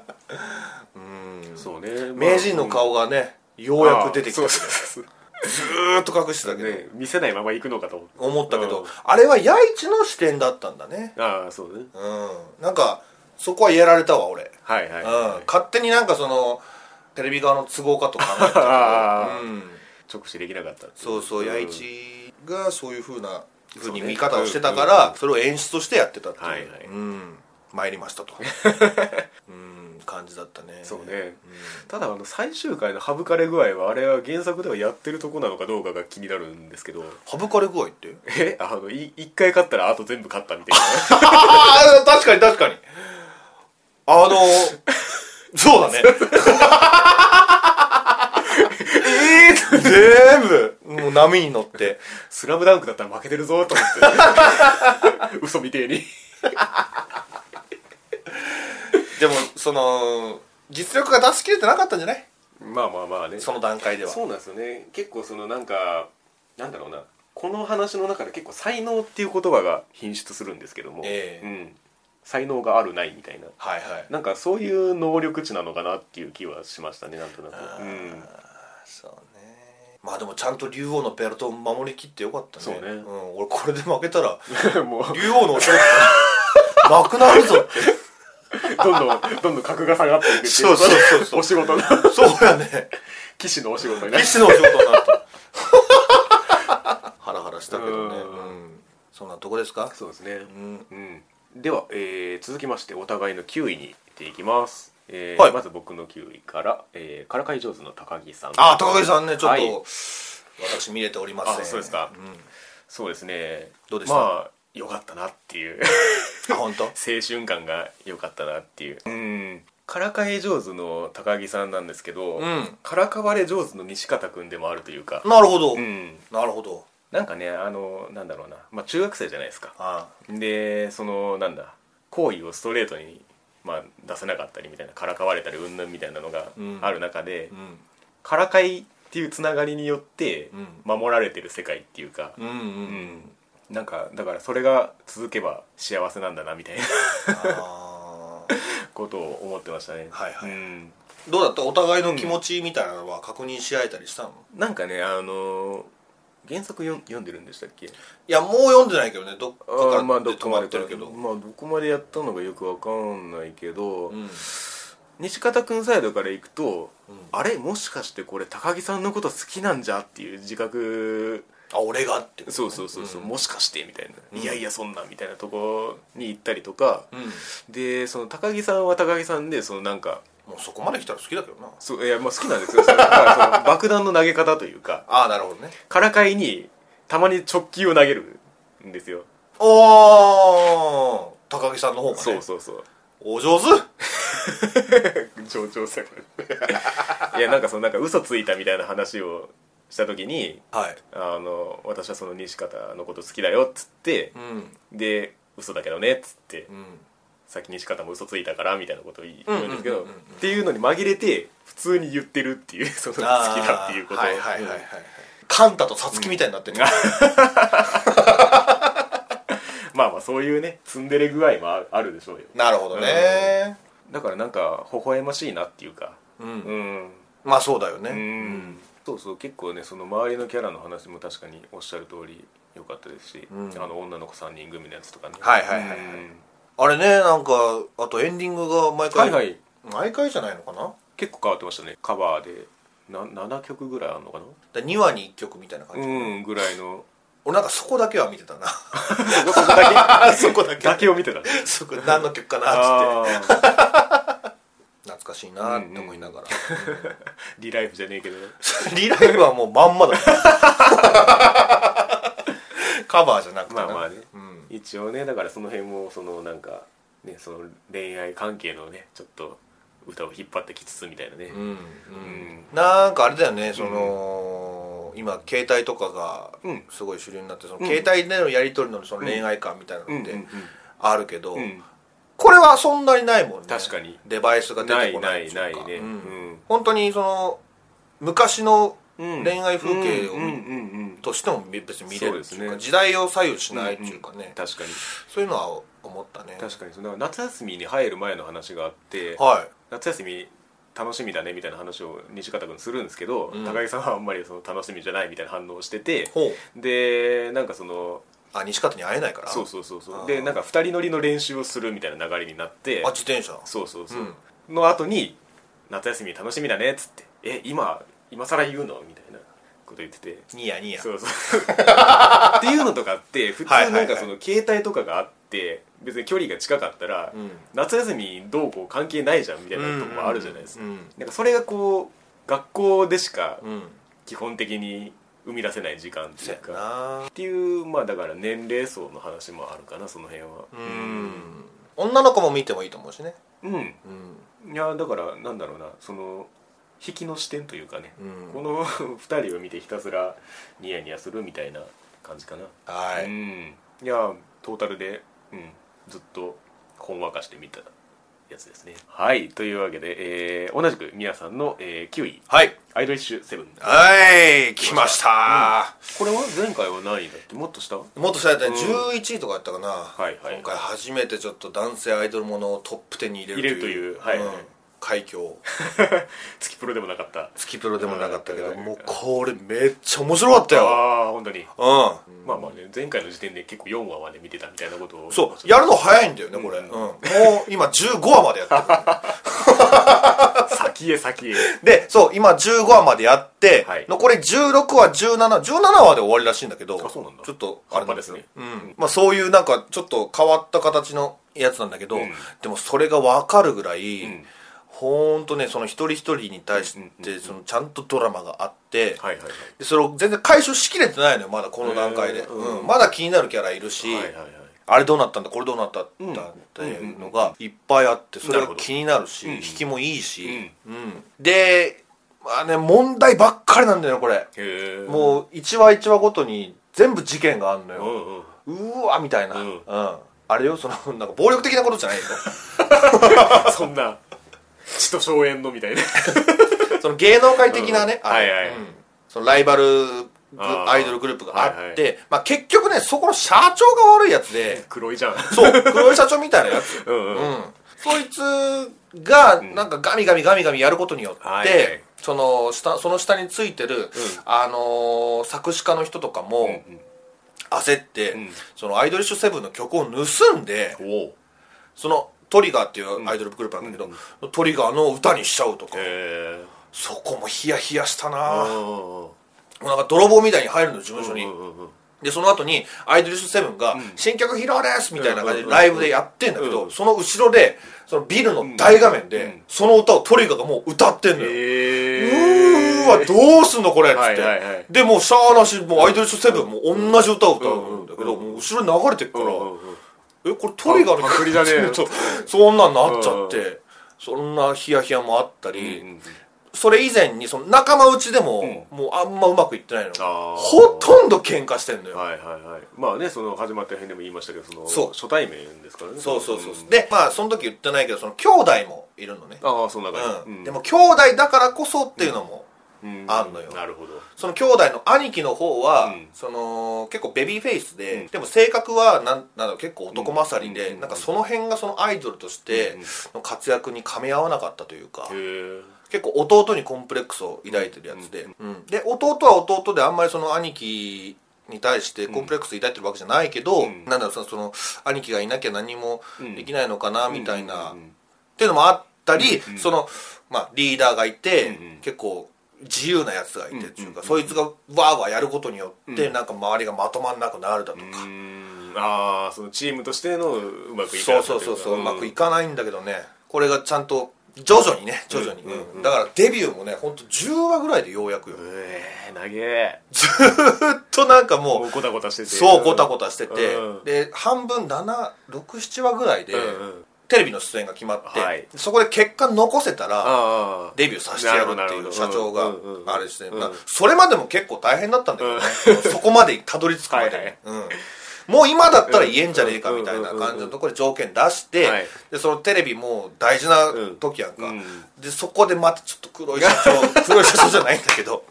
Speaker 1: そうね
Speaker 2: 名人の顔がね、ようやく出てきた。
Speaker 1: ああ
Speaker 2: ず
Speaker 1: そうそう
Speaker 2: ーっと隠してた
Speaker 1: そう
Speaker 2: けど、
Speaker 1: ね見せないまま行くのかと思って
Speaker 2: 思ったけ
Speaker 1: う
Speaker 2: ど
Speaker 1: ん、
Speaker 2: あれは八一の視点だったんだね。
Speaker 1: ああそうね
Speaker 2: うん。なんか、そこはやられたわ俺、
Speaker 1: はいはい、
Speaker 2: うん
Speaker 1: はい、
Speaker 2: 勝手になんかそのテレビ側の都合かと考えてた
Speaker 1: [laughs] あ
Speaker 2: けど、うん、
Speaker 1: 直視できなかったってい
Speaker 2: そうそう弥
Speaker 1: ん
Speaker 2: 一がそういうふうなふうに
Speaker 1: そうね
Speaker 2: 見方をしてたからそれを演出としてやってたっていう、
Speaker 1: はいはい
Speaker 2: うん参りまし
Speaker 1: [laughs]
Speaker 2: たとうん感じだったね
Speaker 1: そうねただあの最終回の省かれ具合はあれは原作ではやってるとこなのかどうかが気になるんですけど
Speaker 2: 省かれ具合って
Speaker 1: えあのい一回勝ったらあと全部勝ったみたいな [laughs]
Speaker 2: ああ [laughs] 確かに確かにあのそうだねええ全部もう波に乗って
Speaker 1: 「スラムダンクだったら負けてるぞと思って
Speaker 2: [laughs]
Speaker 1: 嘘みてえに
Speaker 2: でもその実力が出し切れてなかったんじゃない
Speaker 1: まあまあまあね
Speaker 2: その段階では
Speaker 1: そうなんですよね結構そのなんかなんだろうなこの話の中で結構才能っていう言葉が品質するんですけども、
Speaker 2: ええ
Speaker 1: うん、才能があるないみたいな
Speaker 2: はいはい
Speaker 1: なんかそういう能力値なのかなっていう気はしましたねなんとなく
Speaker 2: あ、
Speaker 1: う
Speaker 2: ー
Speaker 1: ん、
Speaker 2: そうねまあでもちゃんと竜王のベルトを守りきってよかったね
Speaker 1: そうね
Speaker 2: ん、俺これで負けたら
Speaker 1: [laughs] もう
Speaker 2: [laughs] 竜王のお城が [laughs] なくなるぞって
Speaker 1: どんどんどんどん格が下がっていくっていう
Speaker 2: そうそうそうそう
Speaker 1: お仕事の
Speaker 2: そうやね
Speaker 1: 騎士のお仕事にな
Speaker 2: 騎
Speaker 1: る
Speaker 2: 士のお仕事になるとハラハラしたけどね
Speaker 1: う
Speaker 2: うんん、そんなとこですか
Speaker 1: そうですね
Speaker 2: うん
Speaker 1: うんでは、えー続きましてお互いの9位にいっていきます、えー
Speaker 2: はい
Speaker 1: まず僕の9位から、えー、からかい上手の高木さん
Speaker 2: ああ高木さんねちょっと、
Speaker 1: はい
Speaker 2: 私見れておりません
Speaker 1: あそうですか
Speaker 2: うん、
Speaker 1: そうですね
Speaker 2: どうでした
Speaker 1: まあ良かったなっていう [laughs]
Speaker 2: あ本当
Speaker 1: 青春感が良かったなっていううんからかい上手の高木さんなんですけど、
Speaker 2: うん
Speaker 1: からかわれ上手の西方君でもあるというか、
Speaker 2: なるほど、
Speaker 1: うん、
Speaker 2: なるほど
Speaker 1: なんかねあのなんだろうな、まあ、中学生じゃないですか
Speaker 2: あ
Speaker 1: でそのなんだ好意をストレートに、まあ、出せなかったりみたいなからかわれたりうんぬんみたいなのが
Speaker 2: うん
Speaker 1: ある中で、
Speaker 2: あうん
Speaker 1: からかいっていうつながりによって
Speaker 2: うん
Speaker 1: 守られてる世界っていうか、
Speaker 2: うんうん、う、
Speaker 1: うんんなんかだからそれが続けば幸せなんだなみ
Speaker 2: [laughs]
Speaker 1: たいな
Speaker 2: あー
Speaker 1: ことを思ってましたね
Speaker 2: はいはい
Speaker 1: うん
Speaker 2: どうだったお互いの気持ちみたいなのは確認し合えたりしたの、
Speaker 1: なんかねあの原作読ん読んでるんでしたっけ
Speaker 2: いやもう読んでないけどねどっか
Speaker 1: あー
Speaker 2: か
Speaker 1: ま
Speaker 2: ら
Speaker 1: あ
Speaker 2: で
Speaker 1: ど
Speaker 2: 止
Speaker 1: こ
Speaker 2: ま
Speaker 1: まで
Speaker 2: って
Speaker 1: か
Speaker 2: るけど、
Speaker 1: まあどこまでやったのかよくわかんないけど、
Speaker 2: うん
Speaker 1: 西方君サイドから行くと、
Speaker 2: うん
Speaker 1: あれもしかしてこれ高木さんのこと好きなんじゃっていう自覚
Speaker 2: あ俺がってこと
Speaker 1: そうそうそうそう、
Speaker 2: うん
Speaker 1: もしかしてみたいな、
Speaker 2: うん
Speaker 1: いやいやそんなみたいなとこに行ったりとか、
Speaker 2: うん
Speaker 1: でその高木さんは高木さんでそのなんか
Speaker 2: もうそこまで来たら好きだけどな
Speaker 1: そういやまあ好きなんですよそのだから [laughs] その爆弾の投げ方というか
Speaker 2: ああなるほどね
Speaker 1: からかいにたまに直球を投げるんですよ、
Speaker 2: おー高木さんの方がね
Speaker 1: そうそうそう
Speaker 2: お上手
Speaker 1: 上長さ [laughs] いやなんかそのなんか嘘ついたみたいな話をした時に
Speaker 2: はい
Speaker 1: あの私はその西方のこと好きだよっつって
Speaker 2: う、ん
Speaker 1: で嘘だけどねっつって、
Speaker 2: うん
Speaker 1: さっき西方も嘘ついたからみたいなことを言う言うんですけど、
Speaker 2: うんうんうんうん
Speaker 1: っていうのに紛れて普通に言ってるっていうその好きだっていうことを
Speaker 2: はいはいはいはい、
Speaker 1: うん
Speaker 2: カンタとサツキみたいになってる、ね
Speaker 1: まあまあそういうねツンデレ具合もああるでしょうよ [laughs]
Speaker 2: なるほどね
Speaker 1: だからなんか微笑ましいなっていうか
Speaker 2: うん、
Speaker 1: うん
Speaker 2: まあそうだよね
Speaker 1: うん、そうそう結構ねその周りのキャラの話も確かにおっしゃる通り良かったですし、
Speaker 2: うん
Speaker 1: あの女の子3人組のやつとかね
Speaker 2: はいはいはいはい
Speaker 1: うん
Speaker 2: あれねなんかあとエンディングが毎
Speaker 1: は
Speaker 2: 回、
Speaker 1: いはい
Speaker 2: 毎回じゃないのかな
Speaker 1: 結構変わってましたねカバーでな7曲ぐらいあるのかな
Speaker 2: 2話に1曲みたいな感じ、
Speaker 1: うんぐらいの
Speaker 2: 俺なんかそこだけは見てたな
Speaker 1: そ [laughs] こそこだ
Speaker 2: そこだ
Speaker 1: け [laughs] だけを見てたね
Speaker 2: [laughs] そこ何の曲かなっつって
Speaker 1: あー
Speaker 2: 懐かしいなって思いながら、
Speaker 1: リライフじゃねえけど
Speaker 2: [laughs] リライブはもうまん
Speaker 1: [laughs]
Speaker 2: まだカバーじゃなくてな
Speaker 1: まあまあね
Speaker 2: うん、
Speaker 1: 一応ねだからその辺もそのなんかねその恋愛関係のねちょっと歌を引っ張ってきつつみたいなね、
Speaker 2: うんうん
Speaker 1: ん
Speaker 2: なんかあれだよねその、今携帯とかが
Speaker 1: うん
Speaker 2: すごい主流になってその
Speaker 1: うん
Speaker 2: 携帯でのやり取りのその恋愛感みたいなのっ
Speaker 1: うんう
Speaker 2: て
Speaker 1: ん
Speaker 2: あるけど、
Speaker 1: うんうん
Speaker 2: これはそんなにないもんね
Speaker 1: 確かに
Speaker 2: デバイスが出
Speaker 1: な
Speaker 2: て
Speaker 1: い
Speaker 2: こ
Speaker 1: な
Speaker 2: ない
Speaker 1: い
Speaker 2: って
Speaker 1: う
Speaker 2: か
Speaker 1: ないね、
Speaker 2: う
Speaker 1: うんん
Speaker 2: 本当にその昔の
Speaker 1: うん
Speaker 2: 恋愛風景を
Speaker 1: うんうんうん
Speaker 2: としても別に見れるって
Speaker 1: そう
Speaker 2: い
Speaker 1: です
Speaker 2: うか
Speaker 1: ね
Speaker 2: 時代を左右しないっていうかね
Speaker 1: 確かに
Speaker 2: そういうのは思ったね
Speaker 1: 確かにその夏休みに入る前の話があって
Speaker 2: は
Speaker 1: 夏休み楽しみだねみたいな話を西方君するんですけど、
Speaker 2: うん
Speaker 1: 高木さんはあんまりその楽しみじゃないみたいな反応をしてて
Speaker 2: いほう
Speaker 1: でなんかその
Speaker 2: あ西方に会えないから
Speaker 1: そうそうそうそ
Speaker 2: あ
Speaker 1: う
Speaker 2: ー
Speaker 1: でなんか2人乗りの練習をするみたいな流れになって
Speaker 2: あ自転車
Speaker 1: そうそうそう、
Speaker 2: うん
Speaker 1: の後に「夏休み楽しみだね」っつって「え今今更言うの?」みたいなこと言ってて
Speaker 2: ニヤニヤ
Speaker 1: そうそう [laughs] っていうのとかって普通なんかその携帯とかがあって別に距離が近かったら、
Speaker 2: うん
Speaker 1: 夏休みどうこう関係ないじゃんみたいなとこもあるじゃないですか、
Speaker 2: うんうん
Speaker 1: なんかそれがこう学校でしか
Speaker 2: うん、うん
Speaker 1: 基本的に生み出せない時間って
Speaker 2: そ
Speaker 1: いう
Speaker 2: や
Speaker 1: か、
Speaker 2: な
Speaker 1: っていうまあだから年齢層の話もあるかなその辺は
Speaker 2: うん女の子も見てもいいと思うしね
Speaker 1: うん、
Speaker 2: うん
Speaker 1: いやだからなんだろうなその引きの視点というかね、
Speaker 2: うん
Speaker 1: この [laughs] 2人を見てひたすらニヤニヤするみたいな感じかな、
Speaker 2: は
Speaker 1: う
Speaker 2: い
Speaker 1: んいやトータルで、うん、ずっとほんわかしてみたやつですねはいというわけで、えー同じくみやさんの、えー9位
Speaker 2: はい
Speaker 1: アイドリッシュセブン
Speaker 2: はい来ました、
Speaker 1: これは前回は何位だってもっと下
Speaker 2: もっと下やったら
Speaker 1: うん
Speaker 2: 11位とかやったかな、
Speaker 1: いはい
Speaker 2: 今回初めてちょっと男性アイドルものをトップ10に入れるという
Speaker 1: 入れるというはいはい
Speaker 2: ん快挙
Speaker 1: 月プロでもなかった
Speaker 2: 月プロでもなかったけ
Speaker 1: は
Speaker 2: ど
Speaker 1: いはい
Speaker 2: もうこれめっちゃ面白かったよ
Speaker 1: ああ本当に
Speaker 2: うん
Speaker 1: まあまあね前回の時点で結構4話まで見てたみたいなことを
Speaker 2: そうやるの早いんだよねこれ、
Speaker 1: う
Speaker 2: うんんもう今15話までやってる
Speaker 1: 先へ先へ
Speaker 2: で、そう、今15話までやって、
Speaker 1: はい
Speaker 2: 残り16話、17、17話で終わりらしいんだけど、
Speaker 1: あそうなんだ
Speaker 2: ちょっと、
Speaker 1: 半端
Speaker 2: なん
Speaker 1: で
Speaker 2: よ
Speaker 1: すね
Speaker 2: うん。
Speaker 1: うん
Speaker 2: まあそういうなんか、ちょっと変わった形のやつなんだけど、
Speaker 1: うん
Speaker 2: でもそれがわかるぐらい、
Speaker 1: うん
Speaker 2: ほんとね、その一人一人に対し
Speaker 1: うんうんうんう
Speaker 2: て、そのちゃんとドラマがあって、
Speaker 1: はいはいはい
Speaker 2: でそれを全然解消しきれてないのよ、まだこの段階で。
Speaker 1: へーうん
Speaker 2: うんまだ気になるキャラいるし、
Speaker 1: はいはいはい
Speaker 2: あれどうなったんだこれどうなったん
Speaker 1: ん
Speaker 2: だっていうのがいっぱいあってそれが気になるし
Speaker 1: なる
Speaker 2: 引
Speaker 1: ほど
Speaker 2: きもいいし、うんでまあね問題ばっかりなんだよねこれ
Speaker 1: へえ
Speaker 2: もう1話1話ごとに全部事件があるの
Speaker 1: う
Speaker 2: よ
Speaker 1: んうん
Speaker 2: うーわみたいな、
Speaker 1: う
Speaker 2: うんんあれよそのなんか暴力的なことじゃ
Speaker 1: [laughs]
Speaker 2: ないよ
Speaker 1: そんな血と荘園のみたいな
Speaker 2: その芸能界的なね、
Speaker 1: うん
Speaker 2: あれ
Speaker 1: はいはい
Speaker 2: うんそのライバルグ
Speaker 1: あー
Speaker 2: アイドルグループがあって、
Speaker 1: はいは
Speaker 2: まあ、結局ねそこの社長が悪いやつで
Speaker 1: 黒いじゃん
Speaker 2: そう黒井社長みたいなやつ
Speaker 1: うんうん
Speaker 2: うんそいつがなんかガミガミガミガミやることによって、
Speaker 1: はいはい
Speaker 2: その下その下についてる、あのー作詞家の人とかも
Speaker 1: うん
Speaker 2: 焦って、
Speaker 1: うん
Speaker 2: そのアイドリッシュセブンの曲を盗んで
Speaker 1: おお
Speaker 2: そのトリガーっていうアイドルグループなんだけど、トリガーの歌にしちゃうとか、
Speaker 1: へえ
Speaker 2: そこもヒヤヒヤした
Speaker 1: あ
Speaker 2: な、
Speaker 1: あ
Speaker 2: もうなんか泥棒みたいに入るの事務所に、
Speaker 1: うん
Speaker 2: でその後にアイドリッシュセブンが
Speaker 1: ん
Speaker 2: 「新曲披露です!」みたいな感じ
Speaker 1: うんうんう
Speaker 2: で
Speaker 1: ん
Speaker 2: ライブでやってんだけど、
Speaker 1: うん
Speaker 2: その後ろでそのビルの大画面で、
Speaker 1: うん
Speaker 2: その歌をトリガーがもう歌ってんのよ、
Speaker 1: へえ
Speaker 2: うーわどうすんのこれっつって、
Speaker 1: はいはいはい
Speaker 2: でもうしゃあなしもうアイドリッシュセブンも同じ歌を歌うんだけど、
Speaker 1: うんうんうん
Speaker 2: もう後ろに流れてっから、えこれトリガーの
Speaker 1: パクリだね
Speaker 2: [laughs] そうそんなんなっちゃって、
Speaker 1: うん
Speaker 2: そんなヒヤヒヤもあったり、
Speaker 1: うんうん
Speaker 2: それ以前にその仲間内でも、もうあんまうまくいってないの
Speaker 1: あー
Speaker 2: ほとんど喧嘩してんのよ、
Speaker 1: はいはいはいまあねその始まった辺でも言いましたけどその
Speaker 2: そう
Speaker 1: 初対面ですからね
Speaker 2: そうそうそうそう、
Speaker 1: ん
Speaker 2: でまあその時言ってないけどその兄弟もいるのね、
Speaker 1: ああそんな感
Speaker 2: う
Speaker 1: じ
Speaker 2: ん
Speaker 1: うん
Speaker 2: でも兄弟だからこそっていうのも、
Speaker 1: うん
Speaker 2: あんのよ
Speaker 1: なるほど
Speaker 2: その兄弟の兄貴の方は、
Speaker 1: うん
Speaker 2: その結構ベビーフェイスで、
Speaker 1: うん
Speaker 2: でも性格はなんなんだろう結構男勝りで、
Speaker 1: うん
Speaker 2: なんかその辺がそのアイドルとしての活躍に噛み合わなかったというか、
Speaker 1: へえ
Speaker 2: 結構弟にコンプレックスを抱いてるやつで、うんで弟は弟であんまりその兄貴に対してコンプレックス抱いてるわけじゃないけど、
Speaker 1: うん
Speaker 2: なんだろうそのその兄貴がいなきゃ何もできないのかなみたいな、
Speaker 1: うんうんうん
Speaker 2: っていうのもあったり、
Speaker 1: うんうん
Speaker 2: その、まあ、リーダーがい
Speaker 1: う
Speaker 2: て、
Speaker 1: んうん
Speaker 2: 結構自由なやつがいてっていう
Speaker 1: う
Speaker 2: か、
Speaker 1: んうん
Speaker 2: そいつがわーわーやることによって、
Speaker 1: うん
Speaker 2: なんか周りがまとまんなくなるだとか、
Speaker 1: うーんああそのチームとしてのうまくいか
Speaker 2: そ
Speaker 1: な
Speaker 2: う
Speaker 1: か
Speaker 2: そ
Speaker 1: ったと
Speaker 2: う
Speaker 1: い
Speaker 2: そうそう、うまくい
Speaker 1: か
Speaker 2: かないんだけどねこれがちゃんと徐々にね徐々に、
Speaker 1: うんうんうん
Speaker 2: だからデビューもねほんと10話ぐらいでようやくよ
Speaker 1: うんええ投げ
Speaker 2: ずっとなんか
Speaker 1: も
Speaker 2: も
Speaker 1: うごたごたして
Speaker 2: う
Speaker 1: て
Speaker 2: そうごたごたしてて、
Speaker 1: うん
Speaker 2: で半分767話ぐらいで、
Speaker 1: うんうん
Speaker 2: テレビの出演が決まって、
Speaker 1: はい
Speaker 2: そこで結果残せたら
Speaker 1: ああ
Speaker 2: デビューさせてやる
Speaker 1: な
Speaker 2: って
Speaker 1: ほ
Speaker 2: い
Speaker 1: ど
Speaker 2: う社長が
Speaker 1: うんうんうん
Speaker 2: あれして、
Speaker 1: うん
Speaker 2: まあそれまでも結構大変だったんだけどね、そこまでたどり着くまでに
Speaker 1: はいはい
Speaker 2: うん、もう今だったら言えんじゃねえかみたいな感じのところで条件出して、
Speaker 1: はい
Speaker 2: でそのテレビも大事な時やん
Speaker 1: う
Speaker 2: か、
Speaker 1: ん
Speaker 2: でそこでまたちょっと黒い社長
Speaker 1: [laughs]
Speaker 2: 黒い社長じゃないんだけど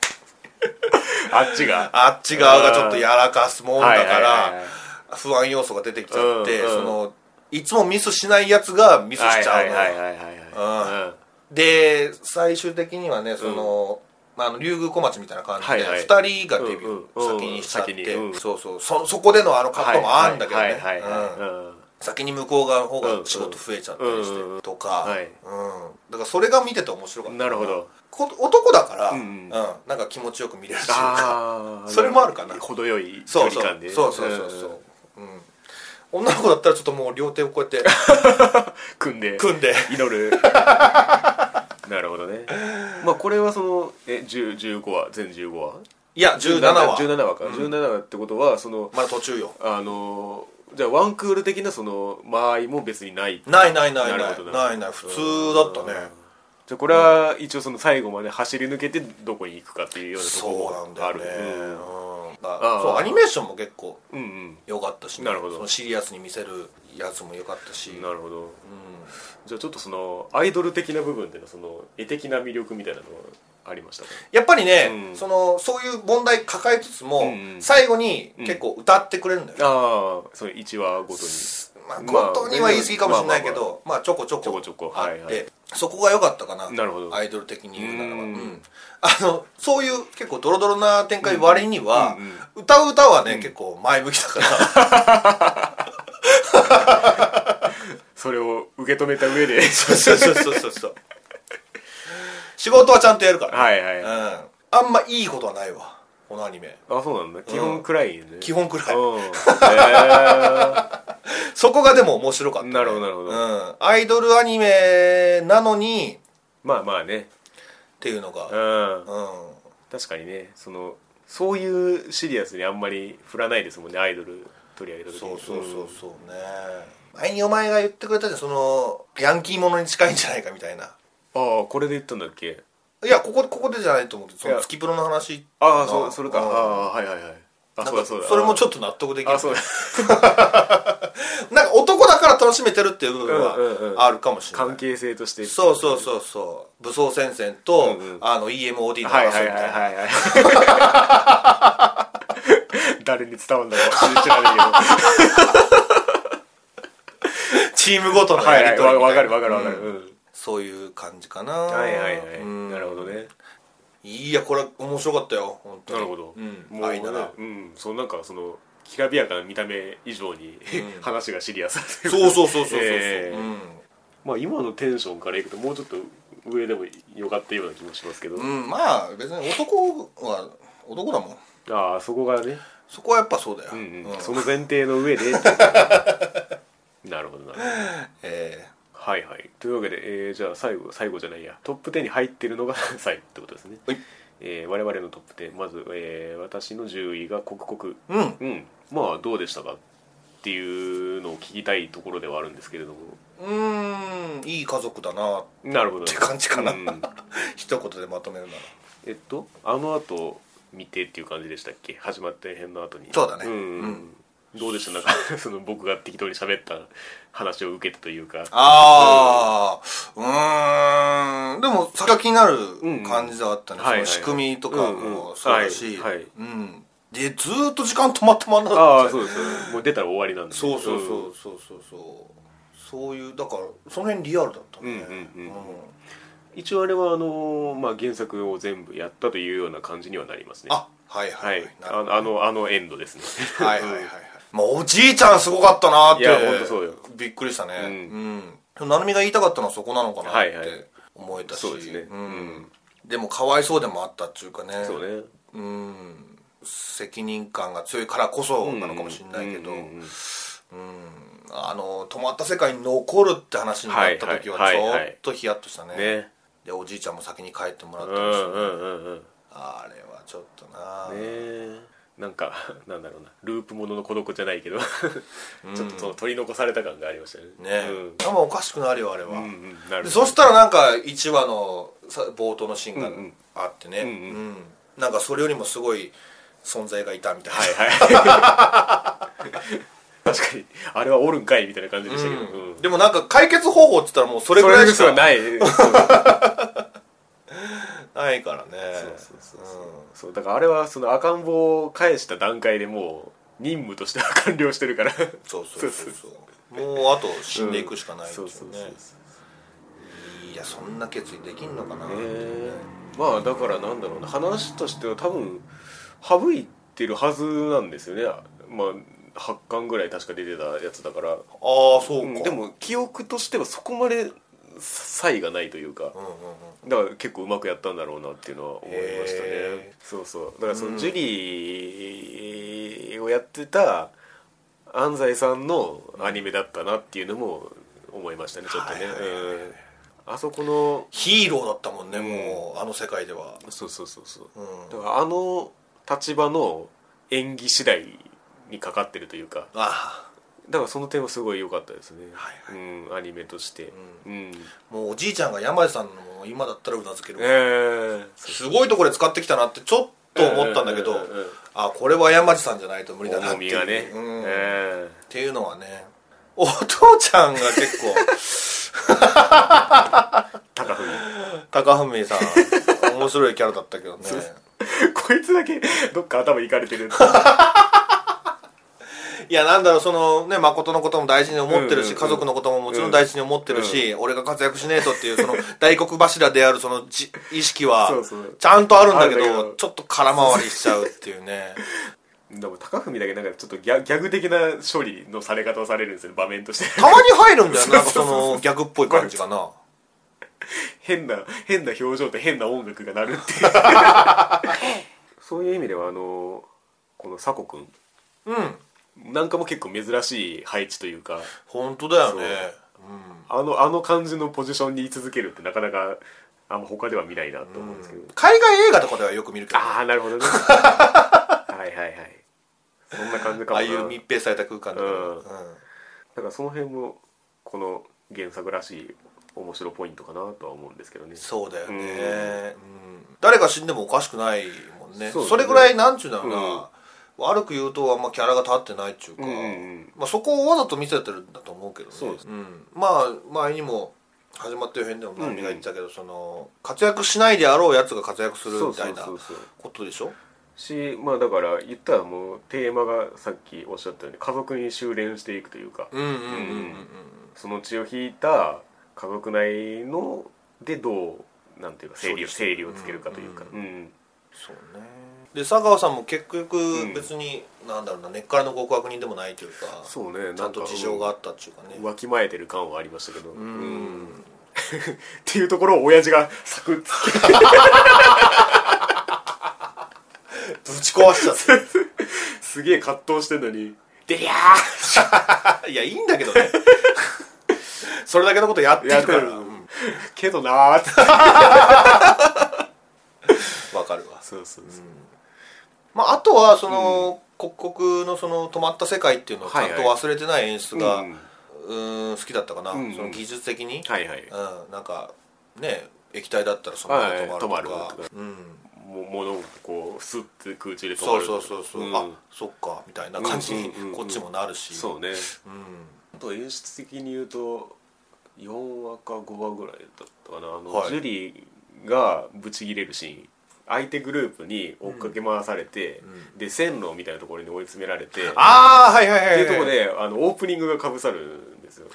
Speaker 1: あっちが
Speaker 2: あっち側がちょっとやらかすもんだか
Speaker 1: はいはいはい
Speaker 2: ら
Speaker 1: はい
Speaker 2: 不安要素が出てきちゃって、
Speaker 1: うんうん
Speaker 2: そのいつもミスしないやつがミスしちゃうのよ、
Speaker 1: はいはいはいはいはい
Speaker 2: で最終的にはねその、まあ、あの竜宮小町みたいな感じで
Speaker 1: はいはい
Speaker 2: 2人がデビュ
Speaker 1: うんうん
Speaker 2: ー先にしちゃって、
Speaker 1: うん先にうん
Speaker 2: そうそうそそこでのあの葛藤もあるんだけど
Speaker 1: はい
Speaker 2: ね
Speaker 1: はいはいはい
Speaker 2: うん
Speaker 1: うん
Speaker 2: 先に向こう側の方が仕事増えちゃったりして、
Speaker 1: うんうん
Speaker 2: とか、
Speaker 1: はい
Speaker 2: うん、だからそれが見てて面白かった
Speaker 1: なるほど
Speaker 2: こ男だから、
Speaker 1: う
Speaker 2: うんん
Speaker 1: うん
Speaker 2: なんか気持ちよく見れるし
Speaker 1: あー
Speaker 2: それもあるかな
Speaker 1: 程よい距
Speaker 2: [laughs] そう
Speaker 1: 離
Speaker 2: そう
Speaker 1: 感で
Speaker 2: そうそうそうそう、うん女の子だったらちょっともう両手をこう
Speaker 1: [laughs]
Speaker 2: やって
Speaker 1: 組んで
Speaker 2: 組んで
Speaker 1: 祈るなるほどねまあこれはそのえ10 15話全15話
Speaker 2: いや17は
Speaker 1: 17話か、17話ってことはその
Speaker 2: まだ途中よ
Speaker 1: あのーじゃあワンクール的なその間合いも別にない
Speaker 2: ないないないな
Speaker 1: る
Speaker 2: いな
Speaker 1: ほど
Speaker 2: いない普通だった
Speaker 1: う
Speaker 2: ね
Speaker 1: んじゃあこれは一応その最後まで走り抜けてどこに行くかっていうようなと
Speaker 2: そ
Speaker 1: こ
Speaker 2: う
Speaker 1: ろ
Speaker 2: なんだ
Speaker 1: があ
Speaker 2: よ
Speaker 1: る
Speaker 2: ね、うんだ
Speaker 1: あー
Speaker 2: そうアニメーションも結構
Speaker 1: うんうん
Speaker 2: 良かったし、ね、
Speaker 1: なるほど
Speaker 2: そのシリアスに見せるやつも良かったし、
Speaker 1: う
Speaker 2: うんん、
Speaker 1: なるほどじゃあちょっとそのアイドル的な部分でのその絵的な魅力みたいなのはありましたか
Speaker 2: やっぱりね、
Speaker 1: うん
Speaker 2: そのそういう問題抱えつつも、
Speaker 1: うんうん
Speaker 2: 最後に結構歌ってくれるんだよね、
Speaker 1: ああその1話ごとに
Speaker 2: まあ、
Speaker 1: まあ
Speaker 2: ことには言い過ぎかもしれないけど、まあちょこちょこ
Speaker 1: ちょこちょこ
Speaker 2: あっ
Speaker 1: は
Speaker 2: て、
Speaker 1: いはい
Speaker 2: そこが良かったかな
Speaker 1: なるほど
Speaker 2: アイドル的に言うなら
Speaker 1: う
Speaker 2: ば、うんん [laughs] あのそういう結構ドロドロな展開割には、
Speaker 1: うんうん
Speaker 2: 歌う歌はね、結構前向きだから
Speaker 1: それを受け止めた上で
Speaker 2: そうそうそうそうそう仕事はちゃんとやるか
Speaker 1: [laughs]
Speaker 2: ら、
Speaker 1: はいはい、
Speaker 2: うん、
Speaker 1: あ
Speaker 2: あんまいいことはないわこのアニメ
Speaker 1: そうなんだ基本くらいね、
Speaker 2: 基本くらい
Speaker 1: うんへー
Speaker 2: そこがでも面白かった、
Speaker 1: なるほどなるほど
Speaker 2: うん、アイドルアニメなのに
Speaker 1: まあまあね
Speaker 2: っていうのが、
Speaker 1: う
Speaker 2: うんん、
Speaker 1: 確かにねそのそういうシリアスにあんまり振らないですもんねアイドル取り上げた時
Speaker 2: そうそうそううんそうね、前にお前が言ってくれたじゃんそのヤンキーものに近いんじゃないかみたいな
Speaker 1: ああこれで言ったんだっけ
Speaker 2: いやここここでじゃないと思うけどそ
Speaker 1: いや
Speaker 2: の月プロの話
Speaker 1: ああそうそれかあ
Speaker 2: あ
Speaker 1: あはいはいはいあそうだそうだ
Speaker 2: それもち
Speaker 1: ょっ
Speaker 2: ょっと納得できる
Speaker 1: あそうだ
Speaker 2: なんか男だから楽しめてるっていう部分
Speaker 1: うんうんうん
Speaker 2: はあるかもしれない、
Speaker 1: 関係性として
Speaker 2: そうそうそうそう武装戦線と、
Speaker 1: うんうん
Speaker 2: あの EMOD の争いみ
Speaker 1: はいはい
Speaker 2: たい
Speaker 1: は
Speaker 2: ない
Speaker 1: はいはい [laughs] 誰に伝わるんだろう知らないけど [laughs] は
Speaker 2: チームごとの
Speaker 1: い
Speaker 2: や
Speaker 1: は
Speaker 2: り
Speaker 1: い
Speaker 2: 取りみたいな
Speaker 1: わわかるわかるわかる
Speaker 2: うん
Speaker 1: うん
Speaker 2: そういう感じかな
Speaker 1: はいはいはい
Speaker 2: うん
Speaker 1: なるほどね
Speaker 2: いやこれ面白かったよ本当
Speaker 1: な
Speaker 2: に
Speaker 1: るほど、
Speaker 2: うん、
Speaker 1: もう
Speaker 2: 愛なら
Speaker 1: [laughs] うんそうなんかそのきらびやかな見た目以上に、話がシリアス
Speaker 2: そうそうそうそうそうそう、
Speaker 1: えー
Speaker 2: うん
Speaker 1: まあ今のテンションからいくともうちょっと上でもよかったような気もしますけど、
Speaker 2: うんまあ別に男は男だもん
Speaker 1: ああそこがね、
Speaker 2: そこはやっぱそうだよ、
Speaker 1: うんうん
Speaker 2: うん
Speaker 1: その前提の上で [laughs] なるほどなるほど
Speaker 2: え
Speaker 1: はいはいというわけで、えーじゃあ最後最後じゃないやトップ10に入ってるのが [laughs] 最後ってことですね、
Speaker 2: はい
Speaker 1: えー我々のトップ10まず、えー私の10位が「刻
Speaker 2: ーうん
Speaker 1: 々」うんまあどうでしたかっていうのを聞きたいところではあるんですけれども
Speaker 2: うーんいい家族だな
Speaker 1: なるほど
Speaker 2: って感じかな
Speaker 1: うん
Speaker 2: 一言でまとめるなら
Speaker 1: えっとあの後見てっていう感じでしたっけ始まって編の後に
Speaker 2: そうだね
Speaker 1: ん
Speaker 2: うん
Speaker 1: どうでしたなんか [laughs] その僕が適当に喋った話を受けてというか
Speaker 2: ああうーんでも先が気になる感じではあったね、
Speaker 1: うんはいはいはい
Speaker 2: その仕組みとかもそうだ
Speaker 1: うん
Speaker 2: し、
Speaker 1: うんはいはい
Speaker 2: うんでずーっと時間止まってまんなかった
Speaker 1: ああそうですよねもう出たら終わりなんで
Speaker 2: そうそうそ
Speaker 1: ん
Speaker 2: うそうそうそうそういうだからその辺リアルだったね
Speaker 1: うんうんうん一応あれはあのーまあ、原作を全部やったというような感じにはなりますね
Speaker 2: あはいは、
Speaker 1: はいい
Speaker 2: なるほど
Speaker 1: あのあのあのエンド
Speaker 2: [laughs]
Speaker 1: ですね
Speaker 2: はいはいはいはい。まあ、おじいちゃんすごかったなーって。
Speaker 1: いやほんとそうよ
Speaker 2: びっくりしたね。
Speaker 1: う
Speaker 2: うんん。でもなるみが言いたかったのはそこなのかなっ
Speaker 1: はいはい
Speaker 2: て思えたし。
Speaker 1: そうですね
Speaker 2: うん。でも、かわいそうでもあったっていうかね。
Speaker 1: そうね
Speaker 2: うん。責任感が強いからこそなのかもしれないけど、
Speaker 1: う
Speaker 2: うん
Speaker 1: うん
Speaker 2: ん
Speaker 1: うんうん
Speaker 2: あの止まった世界に残るって話になった時は
Speaker 1: はい
Speaker 2: ち
Speaker 1: はい
Speaker 2: ょ
Speaker 1: はいはい
Speaker 2: っとヒヤッとしたね,、
Speaker 1: ね
Speaker 2: でおじいちゃんも先に帰ってもらっ
Speaker 1: う
Speaker 2: た
Speaker 1: ん
Speaker 2: り
Speaker 1: う
Speaker 2: して、
Speaker 1: んうんうん
Speaker 2: あれはちょっとな、
Speaker 1: ねえなんかなんだろうなループものの孤独じゃないけどちょっとその取り残された感がありましたね
Speaker 2: ね、
Speaker 1: うん
Speaker 2: あんまおかしくなるよあれは、
Speaker 1: うんうんなるほ
Speaker 2: でそ
Speaker 1: ど
Speaker 2: したらなんか1話のさ冒頭のシーンが
Speaker 1: うんうん
Speaker 2: あってね、
Speaker 1: んう
Speaker 2: うんなんかそれよりもすごい存在がいたみたいな、
Speaker 1: はいはい確かにあれはおるんかいみたいな感じでしたけど、
Speaker 2: う
Speaker 1: うんん
Speaker 2: でもなんか解決方法って言ったらもうそれ
Speaker 1: そ
Speaker 2: ぐ
Speaker 1: れ
Speaker 2: らい
Speaker 1: ぐ
Speaker 2: し
Speaker 1: らい
Speaker 2: か
Speaker 1: はない
Speaker 2: [laughs]
Speaker 1: そう
Speaker 2: ないからね
Speaker 1: そうそうそうそうだからあれはその赤ん坊を返した段階でもう任務としては完了してるから
Speaker 2: うんそうそうそうそうもうあと死んでいくしかないです
Speaker 1: そ
Speaker 2: よ
Speaker 1: う
Speaker 2: ね
Speaker 1: そうそうそう
Speaker 2: いやそんな決意できんのかな、
Speaker 1: ねえまあだからなんだろうな話としては多分省いてるはずなんですよねまあ8巻ぐらい確か出てたやつだから、
Speaker 2: ああそううんか、
Speaker 1: でも記憶としてはそこまで差異がないというか
Speaker 2: うんうんうん
Speaker 1: だから結構うまくやったんだろうなっていうのは思いましたね
Speaker 2: へ
Speaker 1: そうそうだからそうの
Speaker 2: ん
Speaker 1: ジュリーをやってた安西さんのアニメだったなっていうのも思いましたねちょっとね
Speaker 2: はいはいはいはい
Speaker 1: うんあそこの
Speaker 2: ヒーローだったもんね、もうあの世界では、
Speaker 1: そうそうそうそう
Speaker 2: うん、
Speaker 1: だからあの立場の演技次第にかかってるというか
Speaker 2: あ
Speaker 1: だからその点はすごい良かったですね、
Speaker 2: はい
Speaker 1: うん、アニメとしてうん、
Speaker 2: あもうおじいちゃんが山井さんのものを今だったらうなずける、
Speaker 1: えー
Speaker 2: すごいところで使ってきたなってちょっと思ったんだけど、
Speaker 1: うんうんうんうん
Speaker 2: あこれは山地さんじゃないと無理だなっ
Speaker 1: 重
Speaker 2: て
Speaker 1: み
Speaker 2: いう
Speaker 1: がね、
Speaker 2: うん
Speaker 1: え
Speaker 2: っていうのはねお父ちゃんが結構
Speaker 1: ー高文
Speaker 2: 高文さん面白いキャラだったけどね
Speaker 1: [laughs] こいつだけどっか頭いかれてる
Speaker 2: [laughs] いやなんだろうそのね誠のことも大事に思ってるし、
Speaker 1: うんうんうん
Speaker 2: 家族のことももちろん大事に思ってるし、俺が活躍しねえとっていうその大黒柱であるそのじ意識は
Speaker 1: そうそう
Speaker 2: ちゃんとあるんだけど
Speaker 1: あるんだけど
Speaker 2: ちょっと空回りしちゃうっていうね
Speaker 1: でも高文だけなんかちょっとギャギャグ的な処理のされ方をされるんですよね場面として [laughs]
Speaker 2: たまに入るんだよねなんかそのギャグっぽい感じかな
Speaker 1: 変な変な表情と変な音楽が鳴るっていう
Speaker 2: [laughs]
Speaker 1: そういう意味ではあのこの佐古君
Speaker 2: うん
Speaker 1: なんかも結構珍しい配置というか
Speaker 2: 本当だよねうん
Speaker 1: あのあの感じのポジションに居続けるってなかなかあんま他では見ないなと思うんですけど、
Speaker 2: 海外映画とかではよく見るけどね
Speaker 1: ああなるほどね [laughs] はいはいはいそんな感じかも
Speaker 2: あ
Speaker 1: な
Speaker 2: あいう密閉された空間とか、
Speaker 1: うん
Speaker 2: うん
Speaker 1: だからその辺もこの原作らしい面白ポイントかなとは思うんですけどね
Speaker 2: そうだよね、うん誰が死んでもおかしくないもんね
Speaker 1: そう
Speaker 2: そ
Speaker 1: だね
Speaker 2: れぐらいなんちゅうんだろうな、悪く言うとあんまキャラが立ってないっちゅうか、
Speaker 1: うんうんうん
Speaker 2: まあ、そこをわざと見せてるんだと思うけどね
Speaker 1: そうです
Speaker 2: んまあ前にも始まってる辺でも何が言ってたけど、その活躍しないであろうやつが活躍するみたいな
Speaker 1: そうそうそうそう
Speaker 2: ことでしょ
Speaker 1: しまあだから言ったらもうテーマがさっきおっしゃったように家族に修練していくというか、
Speaker 2: うんうんうんうんうん
Speaker 1: その血を引いた家族内のでどうなんていうか整理を整理をつけるかというか、うん
Speaker 2: そうねで佐川さんも結
Speaker 1: ん
Speaker 2: 局別に、なんだろうな根っからの極悪人でもないというか
Speaker 1: そうね
Speaker 2: ちゃんと事情があったっていうかね
Speaker 1: わきまえてる感はありましたけど、
Speaker 2: う
Speaker 1: うん
Speaker 2: ん
Speaker 1: っていうところを親父がサクッつけ
Speaker 2: ぶち壊しちゃっ
Speaker 1: [laughs] すげえ葛藤してんのに「でりゃ
Speaker 2: た [laughs] いやいいんだ
Speaker 1: [laughs]
Speaker 2: けどねそれだけのことやって
Speaker 1: ー!」
Speaker 2: るから
Speaker 1: る
Speaker 2: うん
Speaker 1: けどなーって
Speaker 2: わかるわ
Speaker 1: そうそうそう、
Speaker 2: まああとはその、刻々のその止まった世界っていうのをちゃんと
Speaker 1: はいはい
Speaker 2: 忘れてない演出が、
Speaker 1: う
Speaker 2: うんーん好きだったかな、
Speaker 1: うん
Speaker 2: その技術的に、
Speaker 1: はいはい
Speaker 2: うん、なんかね液体だったらそのまま止まるとか,、
Speaker 1: はいはい止まるとか
Speaker 2: うん、
Speaker 1: も物をこうスッて空中で止ま
Speaker 2: そう
Speaker 1: る
Speaker 2: そうそうそう、
Speaker 1: ん
Speaker 2: あそっかみたいな感じに
Speaker 1: うんうんうんうん
Speaker 2: こっちもなるし、
Speaker 1: そうね
Speaker 2: うん
Speaker 1: あと演出的に言うと4話か5話ぐらいだったかなあの、
Speaker 2: はい
Speaker 1: ジュリーがブチギレるシーン相手グループに追っかけ回されて、で線路みたいなところに追い詰められてっ
Speaker 2: ああはいはいは
Speaker 1: て
Speaker 2: い
Speaker 1: い
Speaker 2: は
Speaker 1: うところであのオープニングがかぶさるんですよ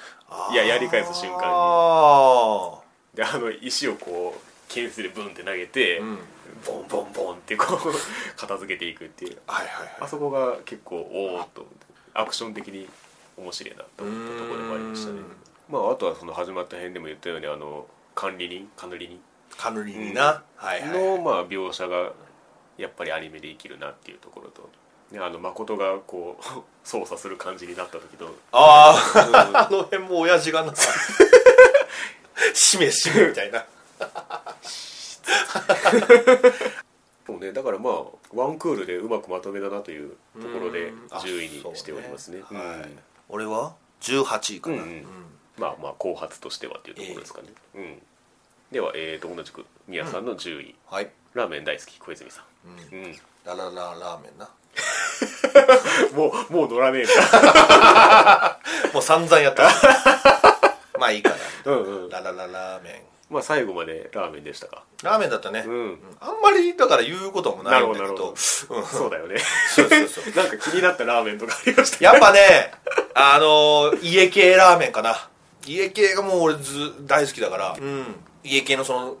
Speaker 1: いややり返す瞬間に
Speaker 2: あ
Speaker 1: であの石をこう剣でブンって投げて、
Speaker 2: あうん
Speaker 1: ボンボンボンってこう片付けていくっていう
Speaker 2: はいはいはい
Speaker 1: あそこが結構おおっと思ってアクション的に面白いなと思ったところでもありましたね
Speaker 2: うーん
Speaker 1: まああとはその始まった辺でも言ったようにあの管理人管理人
Speaker 2: カヌリにな、はいはい
Speaker 1: のまあ描写がやっぱりアニメで生きるなっていうところとねあの誠がこう [laughs] 操作する感じになった時と
Speaker 2: あああの辺も親父がなしめしめみたいな
Speaker 1: そうねだからまあワンクールでうまくまとめだなというところで
Speaker 2: あ
Speaker 1: 10位にしておりますね
Speaker 2: そうねは
Speaker 1: う
Speaker 2: い
Speaker 1: ん
Speaker 2: 俺は18位かな、
Speaker 1: うんうんまあまあ後発としてはっていうところですかね、うんでは、えー、と同じく宮さんの10位、
Speaker 2: はい
Speaker 1: ラーメン大好き小泉さん、うん
Speaker 2: ララララーメンな
Speaker 1: もうもう乗らねえんだ
Speaker 2: もう散々やったまあいいか
Speaker 1: うんう
Speaker 2: なんララララーメン
Speaker 1: まあ最後までラーメンでしたか
Speaker 2: ラーメンだったね、
Speaker 1: うん
Speaker 2: あんまりだから言うこともないんだけ
Speaker 1: な
Speaker 2: ど
Speaker 1: るほどなるほど
Speaker 2: うん
Speaker 1: そうだよね
Speaker 2: そうそうそう
Speaker 1: [laughs] なんか気になったラーメンとかありました
Speaker 2: やっぱね、 [laughs] あのー家系ラーメンかな。家系がもう俺ず大好きだから、家系のその、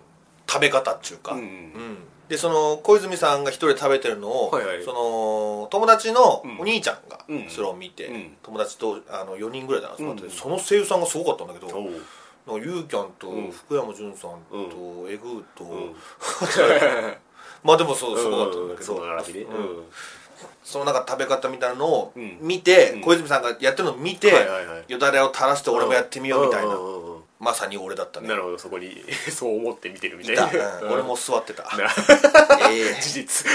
Speaker 2: 食べ方っていうか、
Speaker 1: うん
Speaker 2: でその小泉さんが一人で食べてるのを、
Speaker 1: はいはい
Speaker 2: その友達のお兄ちゃんが
Speaker 1: うん
Speaker 2: それを見て、
Speaker 1: うん
Speaker 2: 友達とあの4人ぐらいだな集まってて、
Speaker 1: うん
Speaker 2: その声優さんがすごかったんだけど、
Speaker 1: おう
Speaker 2: なんかゆうきゃんと
Speaker 1: うん
Speaker 2: 福山潤さん
Speaker 1: う
Speaker 2: とえぐうと、
Speaker 1: うん
Speaker 2: まあでもそうすごかったんだけ
Speaker 1: うんそ
Speaker 2: ど、
Speaker 1: の並びで
Speaker 2: うんそのなんか食べ方みたいなのを
Speaker 1: うん
Speaker 2: 見て、
Speaker 1: うん
Speaker 2: 小泉さんがやってるのを見て、
Speaker 1: はいはいはい
Speaker 2: よだれを垂らして俺もやってみようみたいな、
Speaker 1: んうんうん
Speaker 2: まさに俺だった
Speaker 1: うん
Speaker 2: ね
Speaker 1: なるほどそこに [laughs] そう思って見てるみたい
Speaker 2: い
Speaker 1: な
Speaker 2: た、うん俺も座ってた
Speaker 1: な
Speaker 2: [laughs] ええ
Speaker 1: 事 [laughs] 実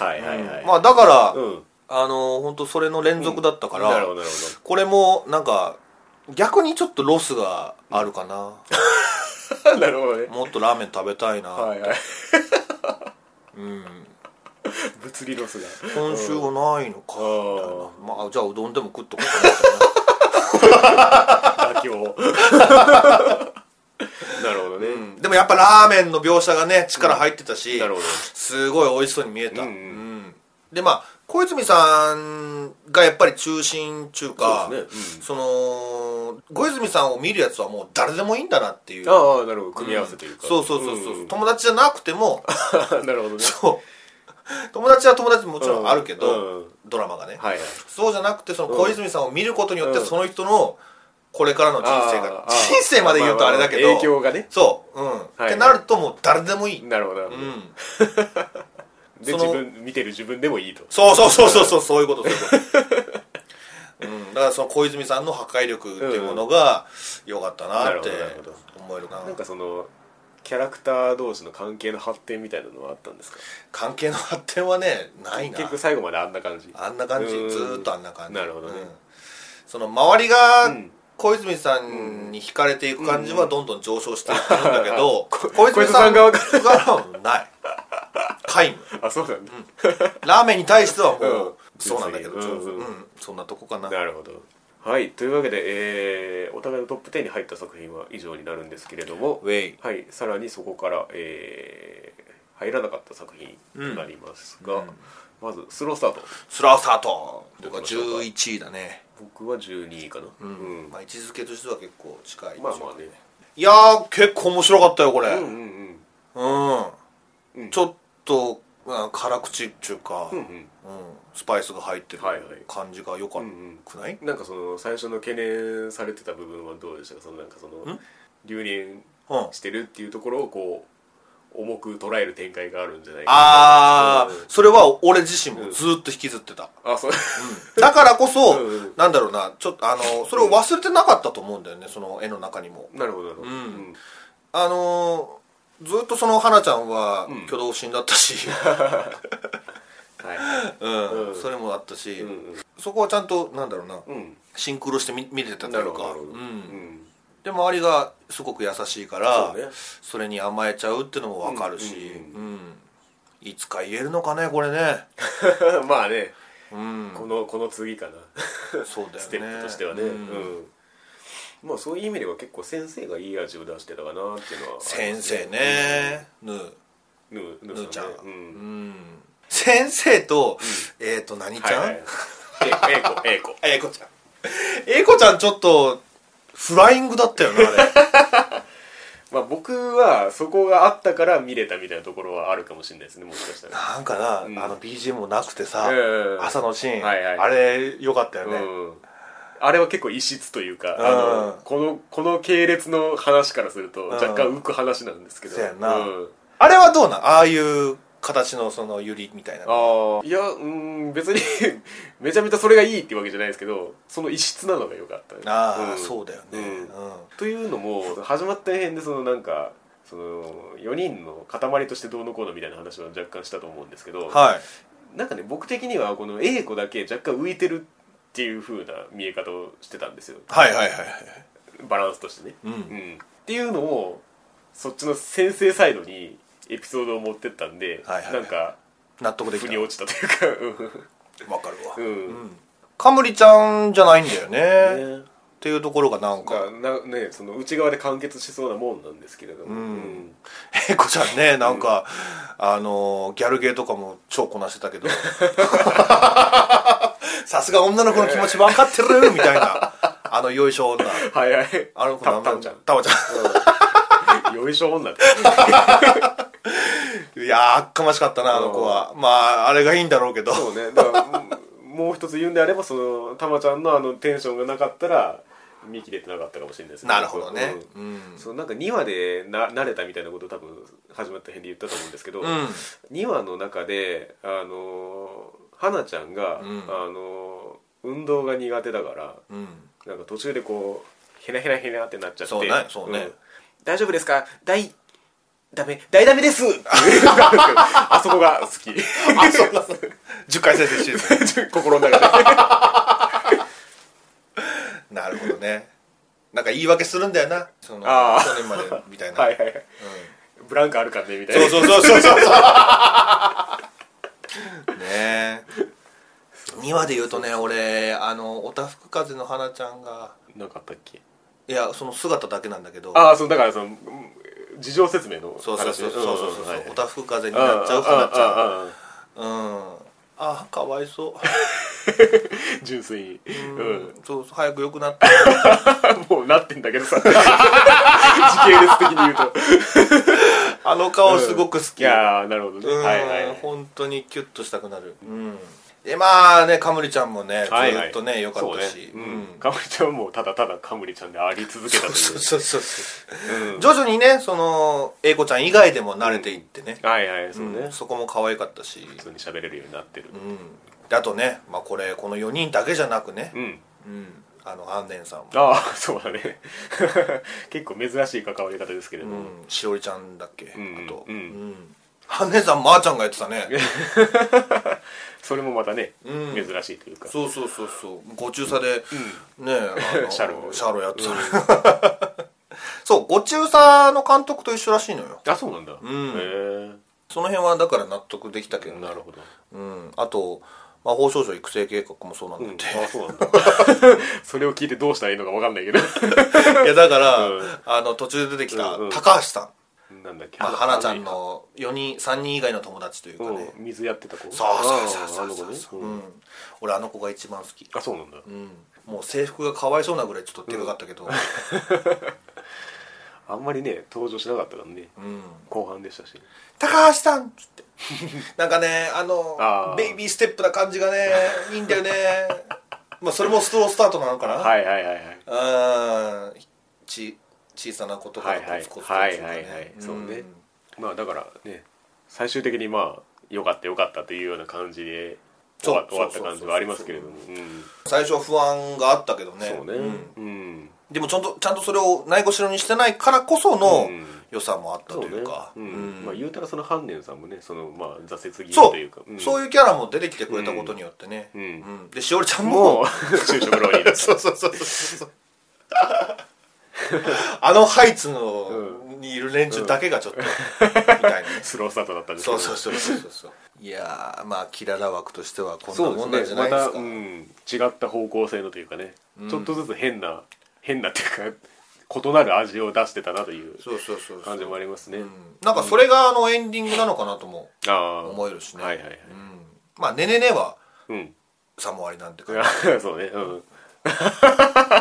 Speaker 1: はいはいはい、
Speaker 2: まあだから、
Speaker 1: うん
Speaker 2: あの本当それの連続だったから、
Speaker 1: なるほどなるほ
Speaker 2: これもなんか逆にちょっとロスがあるかな、 [laughs]
Speaker 1: どなるほどね
Speaker 2: もっとラーメン食べたいな、
Speaker 1: はいはい
Speaker 2: うん、
Speaker 1: 物理ロスが
Speaker 2: 今週はないのか、
Speaker 1: う
Speaker 2: まあじゃあうどんでも食っとこうかなっ
Speaker 1: 妥 [laughs]
Speaker 2: てね
Speaker 1: 協なるほどね、
Speaker 2: うんでもやっぱラーメンの描写がね力入ってたし、
Speaker 1: なるほど
Speaker 2: すごい美味しそうに見えた、
Speaker 1: うんうん
Speaker 2: うんでまあ小泉さんがやっぱり中心中か
Speaker 1: そうですねうん
Speaker 2: その小泉さんを見るやつはもう誰でもいいんだなっていう
Speaker 1: ああなるほど組み合わせというか、
Speaker 2: そうそうそうそう、
Speaker 1: ん
Speaker 2: 友達じゃなくても [laughs]
Speaker 1: なるほどね
Speaker 2: そう友達は友達ももちろんあるけど、
Speaker 1: うんうん
Speaker 2: ドラマがね、
Speaker 1: はいはい
Speaker 2: そうじゃなくてその
Speaker 1: うん
Speaker 2: 小泉さんを見ることによって、
Speaker 1: うん
Speaker 2: その人のこれからの人生が
Speaker 1: あーあー
Speaker 2: 人生まで言うとあれだけど、
Speaker 1: まあまあ影響がね
Speaker 2: そううん、
Speaker 1: い
Speaker 2: ってなるともう誰でもいい、
Speaker 1: なるほどなる
Speaker 2: う
Speaker 1: ほど、
Speaker 2: ん、
Speaker 1: で
Speaker 2: その
Speaker 1: 自分見てる自分でもいいと
Speaker 2: そうそうそうそうそうそういうことそういうこと、うん、だからその小泉さんの破壊力っていうものが良かったなって
Speaker 1: なるほどなる
Speaker 2: 思えるかな
Speaker 1: なんかそのキャラクター同士の関係の発展みたいなのはあったんですか
Speaker 2: 関係の発展はねないな
Speaker 1: 結局最後まであんな感じ
Speaker 2: あんな感じず
Speaker 1: うん
Speaker 2: ーっとあんな感じ
Speaker 1: なるほどね
Speaker 2: うんその周りが
Speaker 1: うん
Speaker 2: 小泉さんに惹かれていく感じはどんどん上昇していくんだけ [laughs] ど、小泉
Speaker 1: 小泉さん側か
Speaker 2: はない皆無
Speaker 1: あそうなんだ、
Speaker 2: ラーメンに対してはもう、
Speaker 1: うん
Speaker 2: そうなんだけど、
Speaker 1: うん
Speaker 2: ちょっと
Speaker 1: うん
Speaker 2: うんそんなとこかな
Speaker 1: なるほどはいというわけで、えーお互いのトップ10に入った作品は以上になるんですけれども
Speaker 2: ウェイ
Speaker 1: はいさらにそこから、えー入らなかった作品となりますが、まずスロースタート
Speaker 2: スロースタート僕は
Speaker 1: どうしましょうか
Speaker 2: 11位だね、
Speaker 1: 僕は12位かなうん、
Speaker 2: まあ、位置づけとしては結構近いですよ
Speaker 1: まあまあね
Speaker 2: いやー結構面白かったよこれ
Speaker 1: うんうんうん
Speaker 2: うん、
Speaker 1: うん
Speaker 2: ちょっと、うん辛口っていうか、
Speaker 1: うんうん
Speaker 2: うんスパイスが入ってる
Speaker 1: はいはい
Speaker 2: 感じが良かっ
Speaker 1: うんうん
Speaker 2: くない
Speaker 1: なんかその最初の懸念されてた部分はどうでしたかそのなんかその留年
Speaker 2: うん、
Speaker 1: してるっていうところをこう重く捉える展開があるんじゃないかな
Speaker 2: ああ、
Speaker 1: うん
Speaker 2: それは俺自身もずーっと引きずってた、
Speaker 1: あそう
Speaker 2: だからこそ、
Speaker 1: うんうん
Speaker 2: なんだろうなちょっとあのそれを忘れてなかったと思うんだよねその絵の中にも
Speaker 1: なるほどなるほど、
Speaker 2: うんあのーずーっとその花ちゃんは
Speaker 1: うん
Speaker 2: 挙動不審だったし、
Speaker 1: はいは
Speaker 2: うん
Speaker 1: うん
Speaker 2: それもあったし、
Speaker 1: いうん
Speaker 2: そこはちゃんとなんだろうな
Speaker 1: うん
Speaker 2: シンクロして見見れて
Speaker 1: う
Speaker 2: た
Speaker 1: ん
Speaker 2: と
Speaker 1: ないる
Speaker 2: う
Speaker 1: ほど
Speaker 2: か、
Speaker 1: なるほど
Speaker 2: う、
Speaker 1: うんん
Speaker 2: で周りがすごく優しいから
Speaker 1: そうね
Speaker 2: それに甘えちゃうってのも分かるし、
Speaker 1: う
Speaker 2: うんいつか言えるのかねこれね
Speaker 1: [laughs] まあね
Speaker 2: うん
Speaker 1: [laughs] このこの次かな
Speaker 2: そうだよね
Speaker 1: ステップとしてはね、
Speaker 2: うん
Speaker 1: うんまあそういう意味では結構先生がいい味を出してたかなっていうのは
Speaker 2: 先生ねぬ
Speaker 1: ぬぬ
Speaker 2: ぬーちゃん、
Speaker 1: う
Speaker 2: うん
Speaker 1: ん
Speaker 2: 先生と、えっ、と何ちゃん、
Speaker 1: はいはいえ
Speaker 2: [laughs]
Speaker 1: え子ええ子
Speaker 2: あ英子ちゃん英子ちゃんちょっとフライングだったよねあれ
Speaker 1: [laughs] まあ僕はそこがあったから見れたみたいなところはあるかもしれないですねもしかしたら
Speaker 2: なんかな、
Speaker 1: うん
Speaker 2: あの BGM もなくてさ、
Speaker 1: うん
Speaker 2: 朝のシーン、
Speaker 1: はいはい
Speaker 2: あれよかったよね、
Speaker 1: うんあれは結構異質というか、
Speaker 2: うん
Speaker 1: あのこのこの系列の話からすると
Speaker 2: ん
Speaker 1: 若干浮く話なんですけど、
Speaker 2: そうやな
Speaker 1: うん
Speaker 2: あれはどうなんああいう形のそのユリみたいなの
Speaker 1: ああいやうん別に [laughs] めちゃめちゃそれがいいってわけじゃないですけどその異質なのが良かったね
Speaker 2: ああ、
Speaker 1: ん
Speaker 2: そうだよね、う
Speaker 1: うんんというのも始まった辺でそのなんかその4人の塊としてどうのこうのみたいな話は若干したと思うんですけど、
Speaker 2: はい
Speaker 1: なんかね僕的にはこの A 子だけ若干浮いてるっていう風な見え方をしてたんですよ
Speaker 2: はいはいはいはい
Speaker 1: バランスとしてね、
Speaker 2: うん
Speaker 1: っていうのをそっちの先生サイドにエピソードを持ってったんで、
Speaker 2: はいはいはい
Speaker 1: なんか
Speaker 2: 納得でき
Speaker 1: 腑
Speaker 2: た
Speaker 1: に落ちたというか
Speaker 2: わかるわ、
Speaker 1: うん、うん
Speaker 2: カムリちゃんじゃないんだよね
Speaker 1: [laughs] ね
Speaker 2: っていうところがなんか
Speaker 1: がなね、その内側で完結しそうなもんなんですけれども、
Speaker 2: ん
Speaker 1: うん
Speaker 2: [laughs] 英子ちゃんねなんか、あのギャルゲーとかも超こなして
Speaker 1: [laughs]
Speaker 2: たけどさすが女の子の気持ち分かってるみたいなあのよいしょ女
Speaker 1: はいはい
Speaker 2: あの子名
Speaker 1: た
Speaker 2: 前
Speaker 1: たんちゃん
Speaker 2: たまちゃ
Speaker 1: よいしょ女って
Speaker 2: んいやーあっかましかったなあの子はまああれがいいんだろうけど
Speaker 1: そうねだからうんもう一つ言うんであればそのたまちゃんのあのテンションがなかったら見切れてなかったかもしれないです
Speaker 2: なるほどね
Speaker 1: うん
Speaker 2: うん
Speaker 1: そうなんか2話でな慣れたみたいなことを多分始まった辺で言ったと思うんですけど、
Speaker 2: うん
Speaker 1: 2話の中であのはなちゃんが、
Speaker 2: うん
Speaker 1: あの運動が苦手だから
Speaker 2: うん
Speaker 1: なんか途中でこうへなへなへなってなっちゃって
Speaker 2: そうねそうね
Speaker 1: ん大丈夫ですか大ダメ大ダメです [laughs] っていうのがあるんですけどあそこが好き
Speaker 2: [laughs] あそうだ10回先生してる [laughs]
Speaker 1: 心の中で
Speaker 2: なるほどねなんか言い訳するんだよなその
Speaker 1: あー
Speaker 2: 去年までみたいな、
Speaker 1: [laughs] はいはいはいブランクあるかねみたい
Speaker 2: そ
Speaker 1: な
Speaker 2: うそうそうそうそう [laughs] そうねえ2話で言うとね俺あのおたふく風の花ちゃんが
Speaker 1: なかったっけ
Speaker 2: いやその姿だけなんだけど
Speaker 1: [laughs] ああそうだからそのうん事情説明の話
Speaker 2: そうそうそうそうそうそうそ
Speaker 1: んん
Speaker 2: う、
Speaker 1: んはい
Speaker 2: おたふく風に
Speaker 1: あ
Speaker 2: なっちゃう花ちゃん
Speaker 1: [laughs] あああ
Speaker 2: うんあかわいそう
Speaker 1: 純粋に
Speaker 2: う
Speaker 1: うんん
Speaker 2: そうそう早く良くなって
Speaker 1: もうなってんだけ
Speaker 2: [laughs]
Speaker 1: どさ時系列的に言うと
Speaker 2: あの顔すごく好き、
Speaker 1: いやーなるほどね
Speaker 2: うん
Speaker 1: はいはいはい
Speaker 2: 本当にキュッとしたくなるうんでまあねカムリちゃんもねず
Speaker 1: はいはい
Speaker 2: ーっとね良かったし
Speaker 1: そうね
Speaker 2: うん
Speaker 1: うん、かむりちゃんはもうただただかむりちゃんであり続けたという
Speaker 2: そうそうそうそう
Speaker 1: うん
Speaker 2: [laughs] 徐々にねその英子ちゃん以外でも慣れていってね、
Speaker 1: はいはいそう
Speaker 2: うん
Speaker 1: ね、普
Speaker 2: そこも可愛かったし、
Speaker 1: 通に喋れるようになってる
Speaker 2: うん、であとね、まあ、これこの4人だけじゃなくね
Speaker 1: う、ん、
Speaker 2: うん、あの安ンさんも、
Speaker 1: ああ [laughs] そうだね結構珍しい関わり方ですけれど
Speaker 2: う
Speaker 1: も、
Speaker 2: ん、しおりちゃんだっけ、
Speaker 1: ん
Speaker 2: あと、
Speaker 1: うん
Speaker 2: 安ンさんまー、ちゃんがやってたね
Speaker 1: それもまたね、
Speaker 2: うん
Speaker 1: 珍しいというか
Speaker 2: そうそうそうそうご中佐で、ねあ
Speaker 1: [laughs]
Speaker 2: の
Speaker 1: シャロ
Speaker 2: シャロやってた、 [laughs] そうご中佐の監督と一緒らしいのよ
Speaker 1: あそうなんだ、
Speaker 2: ん
Speaker 1: へ
Speaker 2: その辺はだから納得できたけ
Speaker 1: え
Speaker 2: どね
Speaker 1: なるほど、
Speaker 2: うん、あと魔法少女育成計画もそうなん
Speaker 1: う
Speaker 2: だ
Speaker 1: ん、
Speaker 2: って、
Speaker 1: あそう
Speaker 2: [laughs]
Speaker 1: なんだそれを聞いてどうしたらいいのか分かんないけど
Speaker 2: [laughs] いやだから、
Speaker 1: うん
Speaker 2: あの途中で出てきた
Speaker 1: うんうん
Speaker 2: 高橋さん、
Speaker 1: なんだっけ
Speaker 2: まあ、花ちゃんの4人3人以外の友達というか
Speaker 1: う
Speaker 2: ね、
Speaker 1: ん水やってた子
Speaker 2: そうそうそうそうそうそ
Speaker 1: あ
Speaker 2: う、
Speaker 1: ああの子ね
Speaker 2: うんん、俺あの子が一番好き、
Speaker 1: あそうなんだ、
Speaker 2: うん、もう制服がかわいそうなぐらいちょっとでかかったけど、
Speaker 1: あんまりね登場しなかったからね
Speaker 2: うん、
Speaker 1: 後半でしたし
Speaker 2: 高橋さんっつってなんかねあの
Speaker 1: あー
Speaker 2: ベイビーステップな感じがねいいんだよねまあそれもスロースタートなのかな、
Speaker 1: はいはいはいはい
Speaker 2: うんち小さなことからコツコツとってうか
Speaker 1: はいはいはいはい
Speaker 2: ん
Speaker 1: そうねまあだからね最終的にまあ良かった良かったというような感じで終わ
Speaker 2: そ
Speaker 1: 終
Speaker 2: う
Speaker 1: わった感じはありますけれども
Speaker 2: そう
Speaker 1: うん
Speaker 2: 最初は不安があったけどね
Speaker 1: そうね
Speaker 2: ん
Speaker 1: うん
Speaker 2: でもちゃんとちゃんとそれをないがしろにしてないからこその
Speaker 1: うん
Speaker 2: 良さもあった
Speaker 1: そ
Speaker 2: と
Speaker 1: うね
Speaker 2: いうか、
Speaker 1: うんまあ言うたらそのハンネンさんもねそのまあ挫折気味
Speaker 2: そう
Speaker 1: というか
Speaker 2: そう
Speaker 1: い
Speaker 2: いうキャラも出てきてくれたことによってね、
Speaker 1: うん
Speaker 2: うんでしおりちゃんも
Speaker 1: もう [laughs] 就職浪人だっ
Speaker 2: [laughs] そうそうそうそうそうあのハイツの、にいる連中だけがちょっと、みたいなね
Speaker 1: たスロースタートだったんですけ
Speaker 2: そ
Speaker 1: ど
Speaker 2: うそうそうそうそうそういやーまあキララ枠としてはこん
Speaker 1: そ
Speaker 2: な
Speaker 1: うで
Speaker 2: も
Speaker 1: す
Speaker 2: ん
Speaker 1: ね
Speaker 2: なんじゃな
Speaker 1: ま
Speaker 2: いです
Speaker 1: た、
Speaker 2: か
Speaker 1: うん、違った方向性のというかね、ちょっとずつ変な変なっていうか異なる味を出してたなという
Speaker 2: そうそうそうそう
Speaker 1: 感じもありますね、
Speaker 2: うんなんかそれがあのエンディングなのかなとも
Speaker 1: ああ
Speaker 2: 思えるしね
Speaker 1: はいはいはい
Speaker 2: うんまあ「ねねね」は
Speaker 1: うん、
Speaker 2: さもありなんて
Speaker 1: い
Speaker 2: か
Speaker 1: や [laughs] そうねうん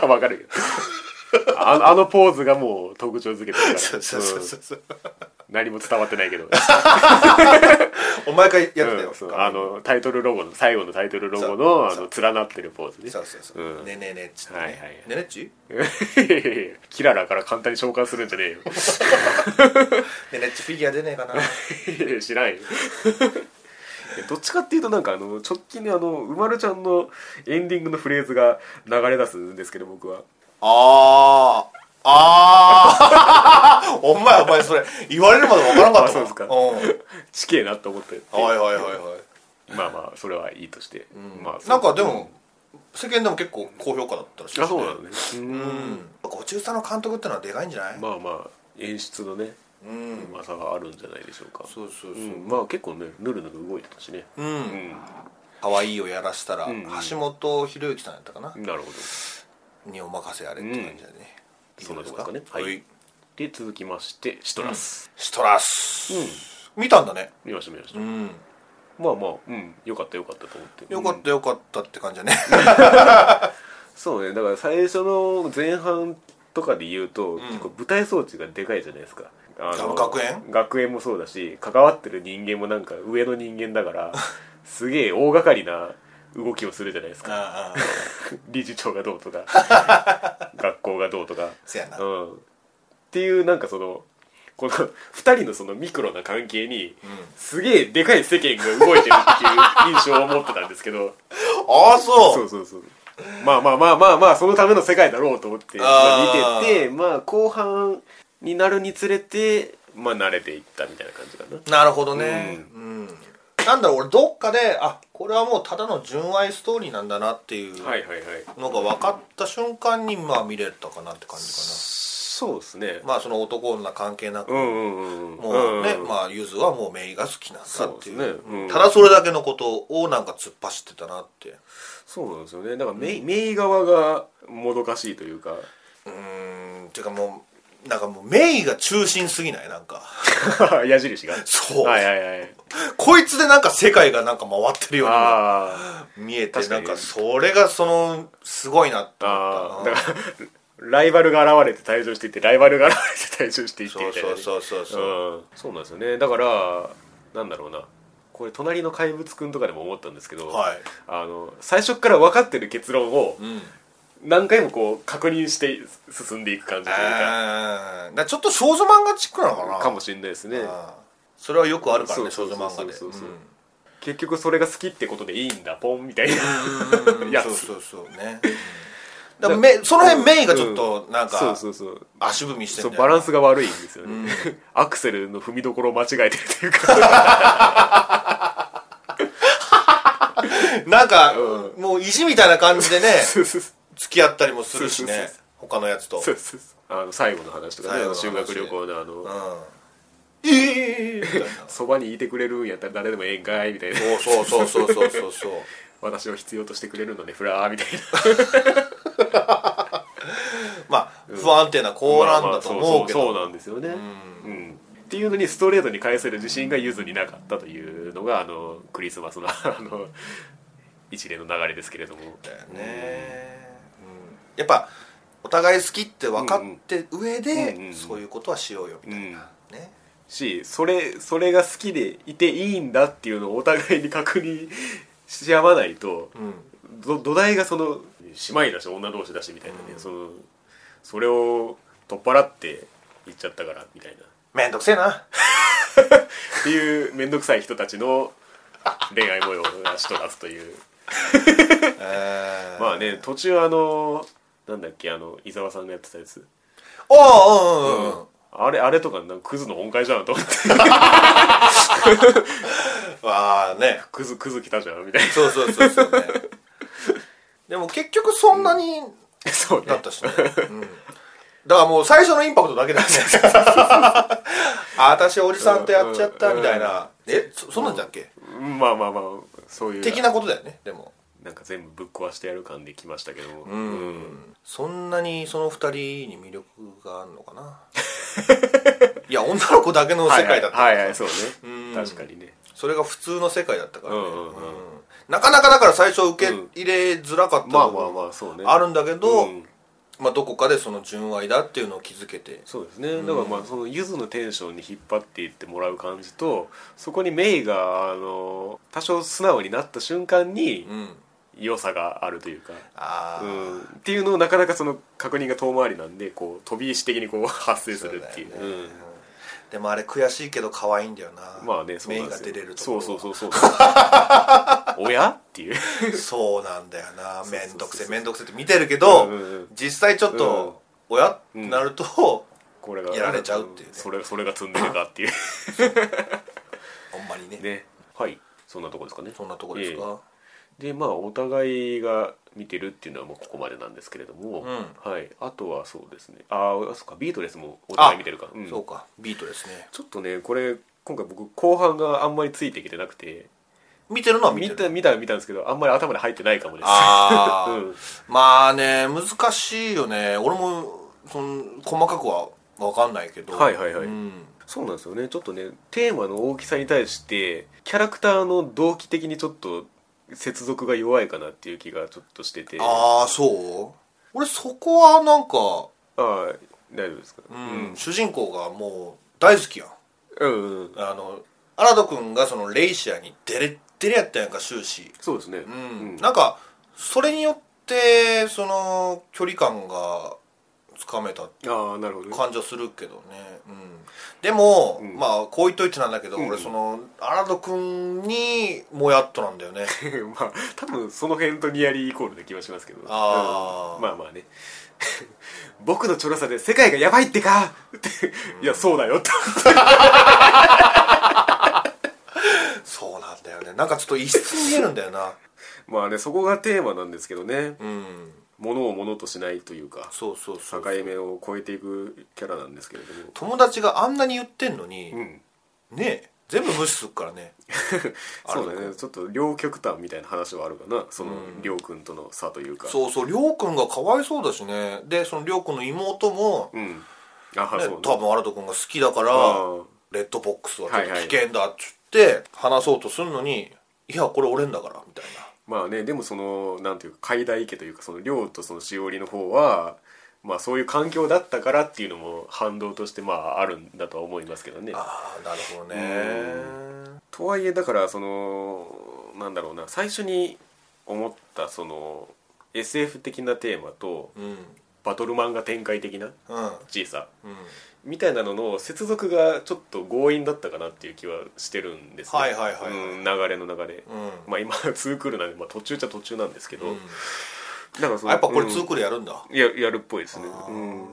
Speaker 1: わかるけどあのあのポーズがもう特徴づけてるから
Speaker 2: そうそうそうそう
Speaker 1: うん何も伝わってないけど、
Speaker 2: お前がやってた
Speaker 1: う
Speaker 2: よ
Speaker 1: ん、そうあのタイトルロゴの最後のタイトルロゴのあの連なってるポーズね
Speaker 2: そうそうそううんねねねっつって
Speaker 1: はいはい
Speaker 2: ねねっち
Speaker 1: [laughs] キララから簡単に召喚するんじゃね
Speaker 2: ねねっちフィギュア出ねえかな
Speaker 1: えよ [laughs] 知らんよどっちかっていうとなんかあの直近にあのうまるちゃんのエンディングのフレーズが流れ出すんですけど僕は
Speaker 2: あーあー [laughs] お前お前それ言われるまで分からんかったわ
Speaker 1: あそうですか
Speaker 2: ん
Speaker 1: ちけえなと思ったよ
Speaker 2: はいはいはいはい
Speaker 1: まあまあそれはいいとして、まあ
Speaker 2: なんかでも、世間でも結構高評価だったらしい
Speaker 1: あそうなのね
Speaker 2: うん、ご中佐の監督ってのはでかいんじゃない、
Speaker 1: まあまあ演出のね
Speaker 2: うん
Speaker 1: うまさがあるんじゃないでしょうか
Speaker 2: そうそうそう
Speaker 1: ん
Speaker 2: う、
Speaker 1: まあ結構ねぬるぬる動いてたしね
Speaker 2: うん
Speaker 1: うん
Speaker 2: 可愛いをやらしたら、
Speaker 1: うん
Speaker 2: 橋本博之さんやったかな、
Speaker 1: なるほど
Speaker 2: にお任せあれって感じだね、
Speaker 1: そんなとこですかね
Speaker 2: は、
Speaker 1: はいいで続きましてシトラス
Speaker 2: シトラス、
Speaker 1: う
Speaker 2: 見たんだね
Speaker 1: ん見ました見ました
Speaker 2: うん
Speaker 1: まあまあうんよかったよかったと思って
Speaker 2: よかったよかったって感じだね、
Speaker 1: そうねだから最初の前半とかで言うと、結構舞台装置がでかいじゃないですかあ
Speaker 2: あの学園
Speaker 1: 学園もそうだし関わってる人間もなんか上の人間だから
Speaker 2: [laughs]
Speaker 1: すげえ大掛かりな動きをするじゃないですか
Speaker 2: ああ
Speaker 1: [laughs] 理事長がどうとか [laughs] 学校がどうとか
Speaker 2: [laughs] せやな
Speaker 1: うん、っていうなんかそのこの2人のそのミクロな関係に、すげえでかい世間が動いてるっていう印象を持ってたんですけど
Speaker 2: ああそう
Speaker 1: そうそうそうまあまあまあまあまあそのための世界だろうと思ってまあ
Speaker 2: あー
Speaker 1: 見ててまあ後半になるにつれてまあ慣れていったみたいな感じかな
Speaker 2: なるほどね、うんなんだろう俺どっかであこれはもうただの純愛ストーリーなんだなっていう
Speaker 1: はいはいはい
Speaker 2: のが分かった瞬間にまあ見れたかなって感じか
Speaker 1: そうですね
Speaker 2: なまあその男女関係なく、
Speaker 1: うんうんうんん
Speaker 2: もうね、
Speaker 1: んん
Speaker 2: まあゆずはもうメイが好きなんだっていう
Speaker 1: そうですねうん
Speaker 2: ただそれだけのことをなんか突っ走ってたなって
Speaker 1: そうなんですよねだからメイ,、メイ側がもどかしいというか [laughs]
Speaker 2: うーんていうかもうなんかもうメイが中心すぎないなんか
Speaker 1: 矢印が
Speaker 2: そう、
Speaker 1: はいはい [laughs] はい
Speaker 2: こいつでなんか世界がなんか回ってるように
Speaker 1: あ
Speaker 2: 見えて
Speaker 1: 確か
Speaker 2: な
Speaker 1: に
Speaker 2: んかそれがそのすごいなって
Speaker 1: ーあ
Speaker 2: 思
Speaker 1: ー
Speaker 2: っ
Speaker 1: だ
Speaker 2: た
Speaker 1: からライバルが現れて退場していってライバルが現れて退場していって
Speaker 2: そ
Speaker 1: み
Speaker 2: う
Speaker 1: たいな
Speaker 2: そう
Speaker 1: ね
Speaker 2: そうそうそう、
Speaker 1: うんそうなんですよねだからなんだろうなこれ隣の怪物くんとかでも思ったんですけど、
Speaker 2: はい
Speaker 1: あの最初から分かってる結論を
Speaker 2: うん
Speaker 1: 何回もこう確認して進んでいく感じというか
Speaker 2: あーだからちょっと少女漫画チックなのかな
Speaker 1: かもしれないですね
Speaker 2: あーそれはよくあるからね
Speaker 1: そ
Speaker 2: 少
Speaker 1: う
Speaker 2: 女
Speaker 1: そうそう
Speaker 2: 漫画で
Speaker 1: そうそうそう
Speaker 2: うん
Speaker 1: 結局それが好きってことでいいんだポンみたいな
Speaker 2: うん
Speaker 1: [laughs] やつ
Speaker 2: そうそうそうねだからめその辺メイがちょっとなん
Speaker 1: う
Speaker 2: か
Speaker 1: んそうそうそう
Speaker 2: 足踏みして
Speaker 1: そ
Speaker 2: ん
Speaker 1: う
Speaker 2: だ
Speaker 1: バ
Speaker 2: よ
Speaker 1: ランスが悪いんですよね、 [laughs] アクセルの踏みどころを間違えてるというか
Speaker 2: なんか
Speaker 1: う
Speaker 2: もう意地みたいな感じでね
Speaker 1: そうそうそう
Speaker 2: 付き合ったりもするし
Speaker 1: そうそう
Speaker 2: ね
Speaker 1: そ
Speaker 2: 他のやつと
Speaker 1: そうそうあの最後の話とかね
Speaker 2: 最後の話
Speaker 1: 修学旅行のあの
Speaker 2: うんええみたいな
Speaker 1: [laughs] そばにいてくれるんやったら誰でもええんかいみたいな
Speaker 2: そうそうそうそうそうそうそう
Speaker 1: [laughs] 私を必要としてくれるのねフラーみたいな
Speaker 2: まあ不安定な子なんだと思
Speaker 1: まあ
Speaker 2: うけ
Speaker 1: まあそうそうそう
Speaker 2: ど
Speaker 1: なんですよねうん、っていうのにストレートに返せる自信がゆずになかったというのがあのクリスマスのあの一連の流れですけれども
Speaker 2: だよねうんやっぱお互い好きって分かって上
Speaker 1: うんうんうん
Speaker 2: でそういうことはしようよみたいなね
Speaker 1: しそれそれが好きでいていいんだっていうのをお互いに確認し合わないと、
Speaker 2: うん
Speaker 1: ど土台がその姉妹だし女同士だしみたいなね、そのそれを取っ払って言っちゃったからみたいなっ
Speaker 2: めんどくせえな
Speaker 1: ていう面倒くさい人たちの恋愛模様がしとらずと [laughs] いうまあね途中あのなんだっけあの伊沢さんがやってたやつ
Speaker 2: ああうんうんうん
Speaker 1: あれあれとかなんかクズの音階じゃんと思って
Speaker 2: ああね
Speaker 1: クズクズ来たじゃんみたい
Speaker 2: そうそうそうそう [laughs] ねでも結局そんなに
Speaker 1: な [laughs] そう
Speaker 2: だ
Speaker 1: ね
Speaker 2: ったしね、うん、だからもう最初のインパクトだけだね [laughs] あ私おじさんとやっちゃったみたいなえそそんなんじゃっけ
Speaker 1: うんまあまあまあそういう
Speaker 2: 的なことだよねでも
Speaker 1: なんか全部ぶっ壊してやる感で来ましたけども、
Speaker 2: うんそんなにその二人に魅力があるの
Speaker 1: [laughs]
Speaker 2: かないや女の子だけの世界だったから
Speaker 1: はいはいはいはいそうね
Speaker 2: うん
Speaker 1: 確かにね
Speaker 2: それが普通の世界だったからね、
Speaker 1: うんうんうん
Speaker 2: なかなかだから最初受け入れづらかった
Speaker 1: まあ
Speaker 2: の
Speaker 1: まあ
Speaker 2: も
Speaker 1: まあそうね
Speaker 2: あるんだけど、
Speaker 1: うん
Speaker 2: まあ、どこかでその純愛だっていうのを気づけて
Speaker 1: そうですね、だからまあそのゆずのテンションに引っ張っていってもらう感じとそこにメイがあの多少素直になった瞬間に
Speaker 2: うん
Speaker 1: 良さがあるというか、
Speaker 2: ああ、
Speaker 1: うん、っていうのをなかなかその確認が遠回りなんでこう飛び石的にこう [laughs] 発生するっていう
Speaker 2: そうだよねでもあれ悔しいけど可愛いんだよな
Speaker 1: うんまあねそうなん
Speaker 2: メイ
Speaker 1: で
Speaker 2: が
Speaker 1: すよ
Speaker 2: 出れると
Speaker 1: そうそう
Speaker 2: う
Speaker 1: そうそう [laughs] おやっていう
Speaker 2: そうなんだよなめんどく
Speaker 1: そうそうそう
Speaker 2: せえめんどくせえって見てるけど、
Speaker 1: うんうんうん
Speaker 2: 実際ちょっと、おやってなると、
Speaker 1: これが
Speaker 2: やられちゃうっていうね
Speaker 1: それそれが積んでるかって
Speaker 2: [laughs]
Speaker 1: いう
Speaker 2: ほんまにね
Speaker 1: ねはいそんなとこですかね
Speaker 2: そんなとこですか、
Speaker 1: でまあお互いが見てるっていうのはもうここまでなんですけれども、
Speaker 2: う
Speaker 1: はい、あとはそうですねああそっかビートレスもお互い見てるか、うん
Speaker 2: そうかビートですね
Speaker 1: ちょっとねこれ今回僕後半があんまりついてきてなくて
Speaker 2: 見てるのは見
Speaker 1: 見
Speaker 2: てる
Speaker 1: た見た見たんですけどあんまり頭に入ってないかもです
Speaker 2: ああ、
Speaker 1: [laughs] うん
Speaker 2: まあね難しいよね俺もその細かくは分かんないけど
Speaker 1: はいはいはい
Speaker 2: うん、
Speaker 1: そうなんですよねちょっとねテーマの大きさに対してキャラクターの動機的にちょっと接続が弱いかなっていう気がちょっとしててあ
Speaker 2: ああそう俺そこはなんか、
Speaker 1: あ大丈夫ですか
Speaker 2: うん主人公がもう大好きやん
Speaker 1: うん、うん、
Speaker 2: あの新く君がそのレイシアにデレッデレやったやんか終始
Speaker 1: そうですねう
Speaker 2: うん、なんかそれによってその距離感がつかめた
Speaker 1: ああなるほどね
Speaker 2: 感じはするけどね、うん、でも、
Speaker 1: ん
Speaker 2: まあこう言っといてなんだけど、
Speaker 1: うん
Speaker 2: 俺その新く君にもやっとなんだ
Speaker 1: [laughs]
Speaker 2: よね
Speaker 1: [laughs] まあ多分その辺とニアリーイコールな気はしますけど
Speaker 2: あー
Speaker 1: うんまあまあね [laughs] 僕のちょろさで世界がやばいってかっていやそうだよって
Speaker 2: そうなんだよねなんかちょっと異質に見えるんだよな
Speaker 1: [laughs] まあねそこがテーマなんですけどね
Speaker 2: うん
Speaker 1: 物を物としないというか
Speaker 2: そうそうそ
Speaker 1: 境
Speaker 2: う
Speaker 1: 目を超えていくキャラなんですけれども
Speaker 2: 友達があんなに言ってんのに、
Speaker 1: うん
Speaker 2: ねえ全部無視するからね
Speaker 1: そうだねちょっと両極端みたいな話はあるかなその亮君との差というか
Speaker 2: そうそうりょうくんがかわいそうだしねでそのりょうくんの妹も、
Speaker 1: う、ん、あは
Speaker 2: ね、
Speaker 1: そう
Speaker 2: 多分新くんが好きだから
Speaker 1: あ
Speaker 2: レッドボックスはちょ
Speaker 1: はい
Speaker 2: っと
Speaker 1: はい
Speaker 2: 危険だっつって話そうとするのにいやこれ俺んだからみたい
Speaker 1: まあねでもそのなんていうか海大家というかその亮とそのしおりの方はまあそういう環境だったからっていうのも反動としてまああるんだとは思いますけどね
Speaker 2: なああなるほどね
Speaker 1: とはいえだからそのなんだろうな最初に思ったその SF 的なテーマと
Speaker 2: うんうん
Speaker 1: バトル漫画展開的な小さ
Speaker 2: うん
Speaker 1: みたいなのの接続がちょっと強引だったかなっていう気はしてるんですね
Speaker 2: はいはいはい
Speaker 1: うん、流れの中で、
Speaker 2: うん
Speaker 1: まあ今2クールなんで、まあ、途中っちゃ途中なんですけど、
Speaker 2: うん
Speaker 1: だからそ
Speaker 2: あ
Speaker 1: の
Speaker 2: やっぱこれ
Speaker 1: うん
Speaker 2: ツークールやるんだ
Speaker 1: ややるっぽいですね、
Speaker 2: あー
Speaker 1: うん、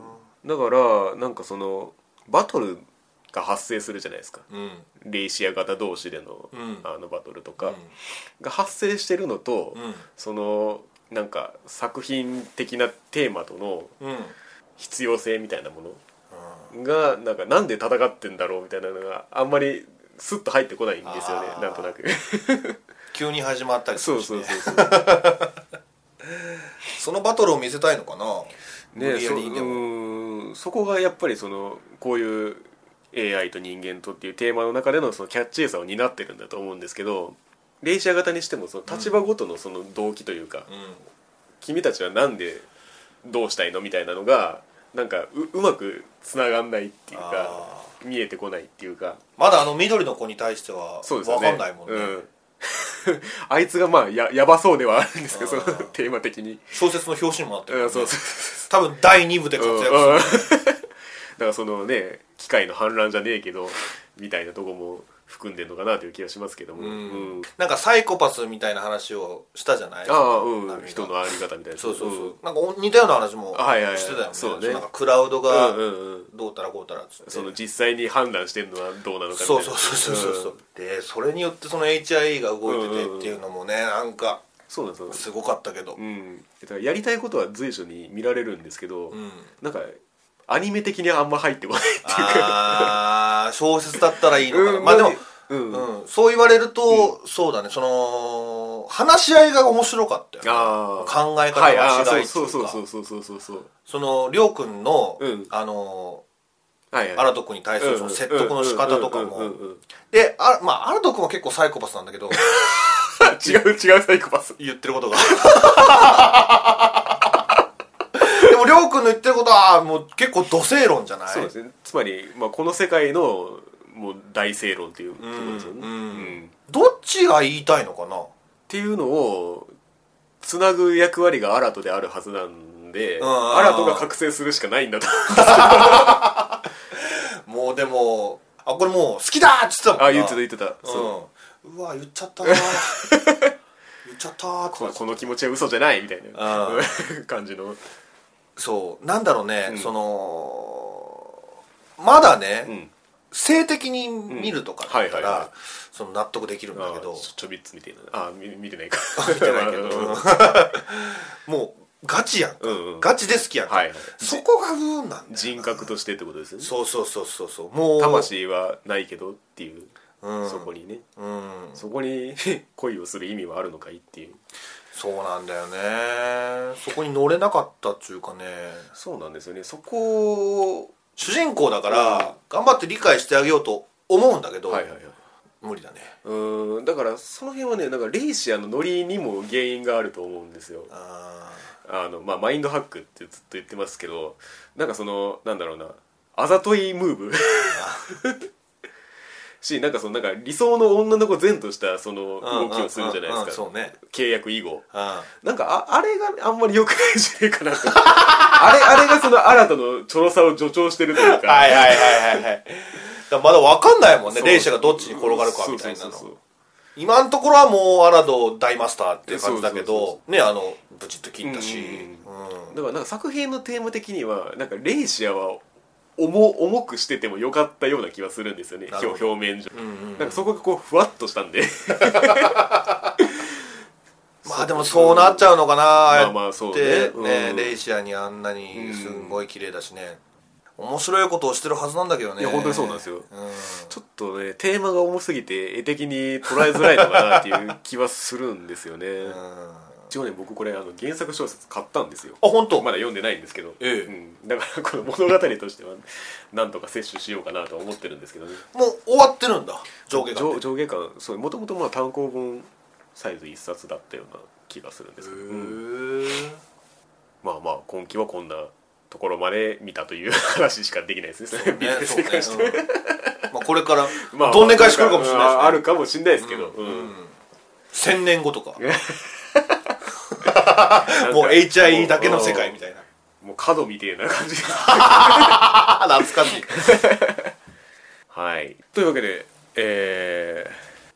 Speaker 1: だからなんかそのバトルが発生するじゃないですか
Speaker 2: うん
Speaker 1: レイシア型同士での,、
Speaker 2: うん
Speaker 1: あのバトルと
Speaker 2: う
Speaker 1: か、が発生してるのと、
Speaker 2: ん
Speaker 1: そのなんか作品的なテーマとの
Speaker 2: うんうん
Speaker 1: 必要性みたいなものがなんかなんで戦ってんだろうみたいなのがあんまりスッと入ってこないんですよね
Speaker 2: あー
Speaker 1: なんとなく [laughs]
Speaker 2: 急に始まったりす
Speaker 1: そ
Speaker 2: る
Speaker 1: う
Speaker 2: しね
Speaker 1: そうそうそう
Speaker 2: そのバトルを見せたいのかな無理や
Speaker 1: そ
Speaker 2: りで
Speaker 1: う
Speaker 2: も
Speaker 1: ーんそこがやっぱりそのこういう AI と人間とっていうテーマの中でのそのキャッチーさを担ってるんだと思うんですけどレイシア型にしてもその立場ごとのその動機というか、
Speaker 2: うん
Speaker 1: 君たちはなんでどうしたいのみたいなのがなんかううまくつながんないっていうか
Speaker 2: あ
Speaker 1: 見えてこないっていうか
Speaker 2: まだあの緑の子に対しては
Speaker 1: そう
Speaker 2: 分
Speaker 1: ですよね
Speaker 2: かんないもんね
Speaker 1: うん [laughs] あいつがまあややばそうではあるんですけどその
Speaker 2: あー
Speaker 1: テーマ的に、
Speaker 2: 小説の表紙にもなって
Speaker 1: う
Speaker 2: る
Speaker 1: ん、そうそう
Speaker 2: 多分第2部で活躍する
Speaker 1: うんうん [laughs] だからそのね機械の反乱じゃねえけどみたいなとこも含んでるのかなという気がしますけども、
Speaker 2: うん
Speaker 1: うん
Speaker 2: なんかサイコパスみたいな話をしたじゃない
Speaker 1: ああう
Speaker 2: なん
Speaker 1: ん
Speaker 2: か
Speaker 1: 人のあり方みたいな
Speaker 2: そうそうそう、
Speaker 1: ん
Speaker 2: なんかお似たような話もしてた
Speaker 1: はい
Speaker 2: よ
Speaker 1: はい
Speaker 2: ね
Speaker 1: はいそうね
Speaker 2: なんかクラウド
Speaker 1: うん
Speaker 2: が
Speaker 1: うんうん
Speaker 2: どうたらこうたらっつって、
Speaker 1: その実際に判断してるのはどうなのかみたいな
Speaker 2: そうそうそうそうそう、でそれによってその HIE が動いててっていうのもねなんか
Speaker 1: そうなんですよ
Speaker 2: すごかったけど、
Speaker 1: うん、だからやりたいことは随所に見られるんですけど、
Speaker 2: うん
Speaker 1: なんかアニメ的にあんま入ってこないっていうか
Speaker 2: ああ小説だったらいいのかな、
Speaker 1: うん
Speaker 2: まあでも、
Speaker 1: うん
Speaker 2: うんそう言われると、そうだねその話し合いが面白かったよね、
Speaker 1: あー
Speaker 2: 考え方
Speaker 1: はいあ
Speaker 2: の
Speaker 1: ー
Speaker 2: 違いって
Speaker 1: そ
Speaker 2: いうう
Speaker 1: そう
Speaker 2: か
Speaker 1: そうそうそうそうそう
Speaker 2: そのりょうくんの、
Speaker 1: うん
Speaker 2: あの
Speaker 1: はいはい
Speaker 2: アラト君に対するその説得の仕方とか
Speaker 1: うんうん
Speaker 2: も
Speaker 1: うんうんうん
Speaker 2: であまあアラト君は結構サイコパスなんだけど
Speaker 1: [laughs] 違う違うサイコパス
Speaker 2: 言ってることが [laughs] でもりょうくんの言ってることはもう結構土星論じゃない
Speaker 1: そうですねつまり、まあ、この世界のもう大正論っていうところですよね、
Speaker 2: うん
Speaker 1: うんっ
Speaker 2: どっちが言いたいのかな
Speaker 1: ていうのをつなぐ役割がアラトであるはずなんで、
Speaker 2: んうんうん
Speaker 1: アラトが覚醒するしかないんだと
Speaker 2: もうでもあこれもう好きだっつってたもんな
Speaker 1: あ言ってた言ってた、そう
Speaker 2: うん、うわ言っち
Speaker 1: [laughs]
Speaker 2: ゃったな言っちゃったーって
Speaker 1: ここの気持ちは嘘じゃないみたいな
Speaker 2: あ
Speaker 1: [laughs] 感じの
Speaker 2: そうなんだろうね、
Speaker 1: うん
Speaker 2: そのまだね、
Speaker 1: うん
Speaker 2: 性的に見るとかだっ
Speaker 1: うんは
Speaker 2: た
Speaker 1: いはいは
Speaker 2: らその納得できるんだけ
Speaker 1: あ
Speaker 2: ど
Speaker 1: ちょちょびっつみたいなあ見見てないか
Speaker 2: 見てないけど
Speaker 1: うん
Speaker 2: [laughs] もうガチやんか
Speaker 1: [laughs] うんうん
Speaker 2: ガチで好きやんか
Speaker 1: はいはい
Speaker 2: そこが運なんだよな
Speaker 1: 人格としてってことですよね
Speaker 2: そうそうそうそうそうもう
Speaker 1: 魂はないけどっていう、
Speaker 2: うん
Speaker 1: そこにね
Speaker 2: うん
Speaker 1: そこに [laughs] 恋をする意味はあるのかいっていう
Speaker 2: そうなんだよねそこに乗れなかったっていうかね
Speaker 1: そうなんですよねそこを
Speaker 2: 主人公だから頑張って理解してあげようと思うんだけど
Speaker 1: はいはいはい
Speaker 2: 無理だね
Speaker 1: うんだからその辺はねなんかレイシアのノリにも原因があると思うんですよ
Speaker 2: あ
Speaker 1: あの、まあ、マインドハックってずっと言ってますけどなんかそのなんだろうなあざといムーブ [laughs] しなんかそのなんか理想の女の子善としたその
Speaker 2: ー
Speaker 1: 動きをするじゃない
Speaker 2: うんうんうん
Speaker 1: ですか
Speaker 2: そうね
Speaker 1: 契約以後
Speaker 2: あ
Speaker 1: なんかああれがあんまり良くないんじゃないかなと [laughs] あれあれがその新たのちょろさを助長してるというか
Speaker 2: はいはいはいはいはいだからまだ分かんないもんね
Speaker 1: そう
Speaker 2: レイシアがどっちに転がるかみたいな
Speaker 1: そうそうそう
Speaker 2: の
Speaker 1: そう
Speaker 2: 今のところはもうアラド大マスターっていう感じだけ
Speaker 1: そうそう
Speaker 2: どねあのブチッと切ったし
Speaker 1: う
Speaker 2: うん
Speaker 1: だからなんか作品のテーマ的にはなんかレイシアは重重くしててもよかったような気はするんですよね
Speaker 2: なるほ
Speaker 1: 表
Speaker 2: ど
Speaker 1: 表面上、
Speaker 2: うんうん
Speaker 1: なんかそこがこうふわっとした
Speaker 2: [laughs]
Speaker 1: んで
Speaker 2: まあでもそうなっちゃうのかなああやって
Speaker 1: まあまあそうねうん
Speaker 2: レイシアにあんなにすんごい綺麗だしね面白いことをしてるはずなんだけどね
Speaker 1: いや本当にそうなんですよ
Speaker 2: うん
Speaker 1: ちょっとねテーマが重すぎて絵的に捉えづらいのかなっていう気はするんですよね、
Speaker 2: うんあ
Speaker 1: 一応ね僕これあの原作小説買ったんですよ
Speaker 2: 本当
Speaker 1: まだ読んでないんですけど、
Speaker 2: ええ
Speaker 1: うん、だからこの物語としてはなんとか摂取しようかなとは思ってるんですけどね
Speaker 2: もう終わってるんだ上下が
Speaker 1: 上上下巻そうもともとまあ単行本サイズ一冊だったような気がするんですけど、うんまあまあ今期はこんなところまで見たという話しかできないです [laughs] ねビジネスに関して
Speaker 2: ねうんまあこれから
Speaker 1: [laughs] まあ
Speaker 2: どんでん返し来るかもしれ
Speaker 1: うんああ
Speaker 2: ない
Speaker 1: るかもしれないですけ
Speaker 2: ですね
Speaker 1: ど、うん
Speaker 2: うん千年後とか
Speaker 1: なんか
Speaker 2: もう HIE だけの世界みたいな
Speaker 1: もう角みてえな感じ
Speaker 2: ああ懐か
Speaker 1: [laughs]
Speaker 2: しい
Speaker 1: はいというわけでえ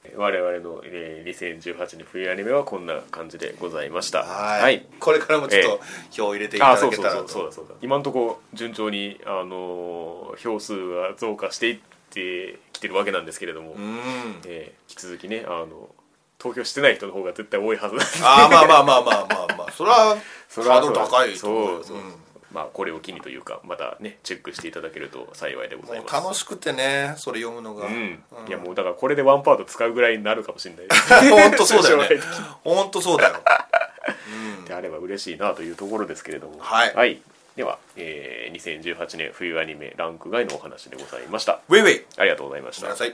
Speaker 1: ー我々の、えー2018年冬アニメはこんな感じでございました
Speaker 2: はいこれからもちょっと票を入れていた
Speaker 1: あ
Speaker 2: だ
Speaker 1: そう
Speaker 2: け
Speaker 1: そう
Speaker 2: たら
Speaker 1: そう
Speaker 2: と
Speaker 1: そうだそうだ今のところ順調に、あのー票数が増加していってきてるわけなんですけれども、
Speaker 2: うん
Speaker 1: えー引き続きね、あの投票してない人の方が絶対多いはずなんで
Speaker 2: ああまあまあまあまあまあまあ [laughs] それは
Speaker 1: それ
Speaker 2: ハー
Speaker 1: は
Speaker 2: ド
Speaker 1: そう
Speaker 2: ル
Speaker 1: だ
Speaker 2: 高いと思
Speaker 1: そううそう、
Speaker 2: うん
Speaker 1: まあこれを機にというかまたねチェックしていただけると幸いでござい
Speaker 2: も
Speaker 1: ま
Speaker 2: う
Speaker 1: す
Speaker 2: 楽しくてねそれ読むのが、
Speaker 1: うん、いやもうだからこれでワンパート使うぐらいになるかもしれない
Speaker 2: [laughs] [laughs] 本当そうだよね
Speaker 1: 将来的
Speaker 2: 本当そうだ
Speaker 1: [laughs]
Speaker 2: よ
Speaker 1: であれば嬉しいなというところですけれども
Speaker 2: はい
Speaker 1: では、えー2018年冬アニメランク外のお話でございました
Speaker 2: ウェイウェイ
Speaker 1: ありがとうございまし
Speaker 2: ごめん
Speaker 1: た
Speaker 2: なさい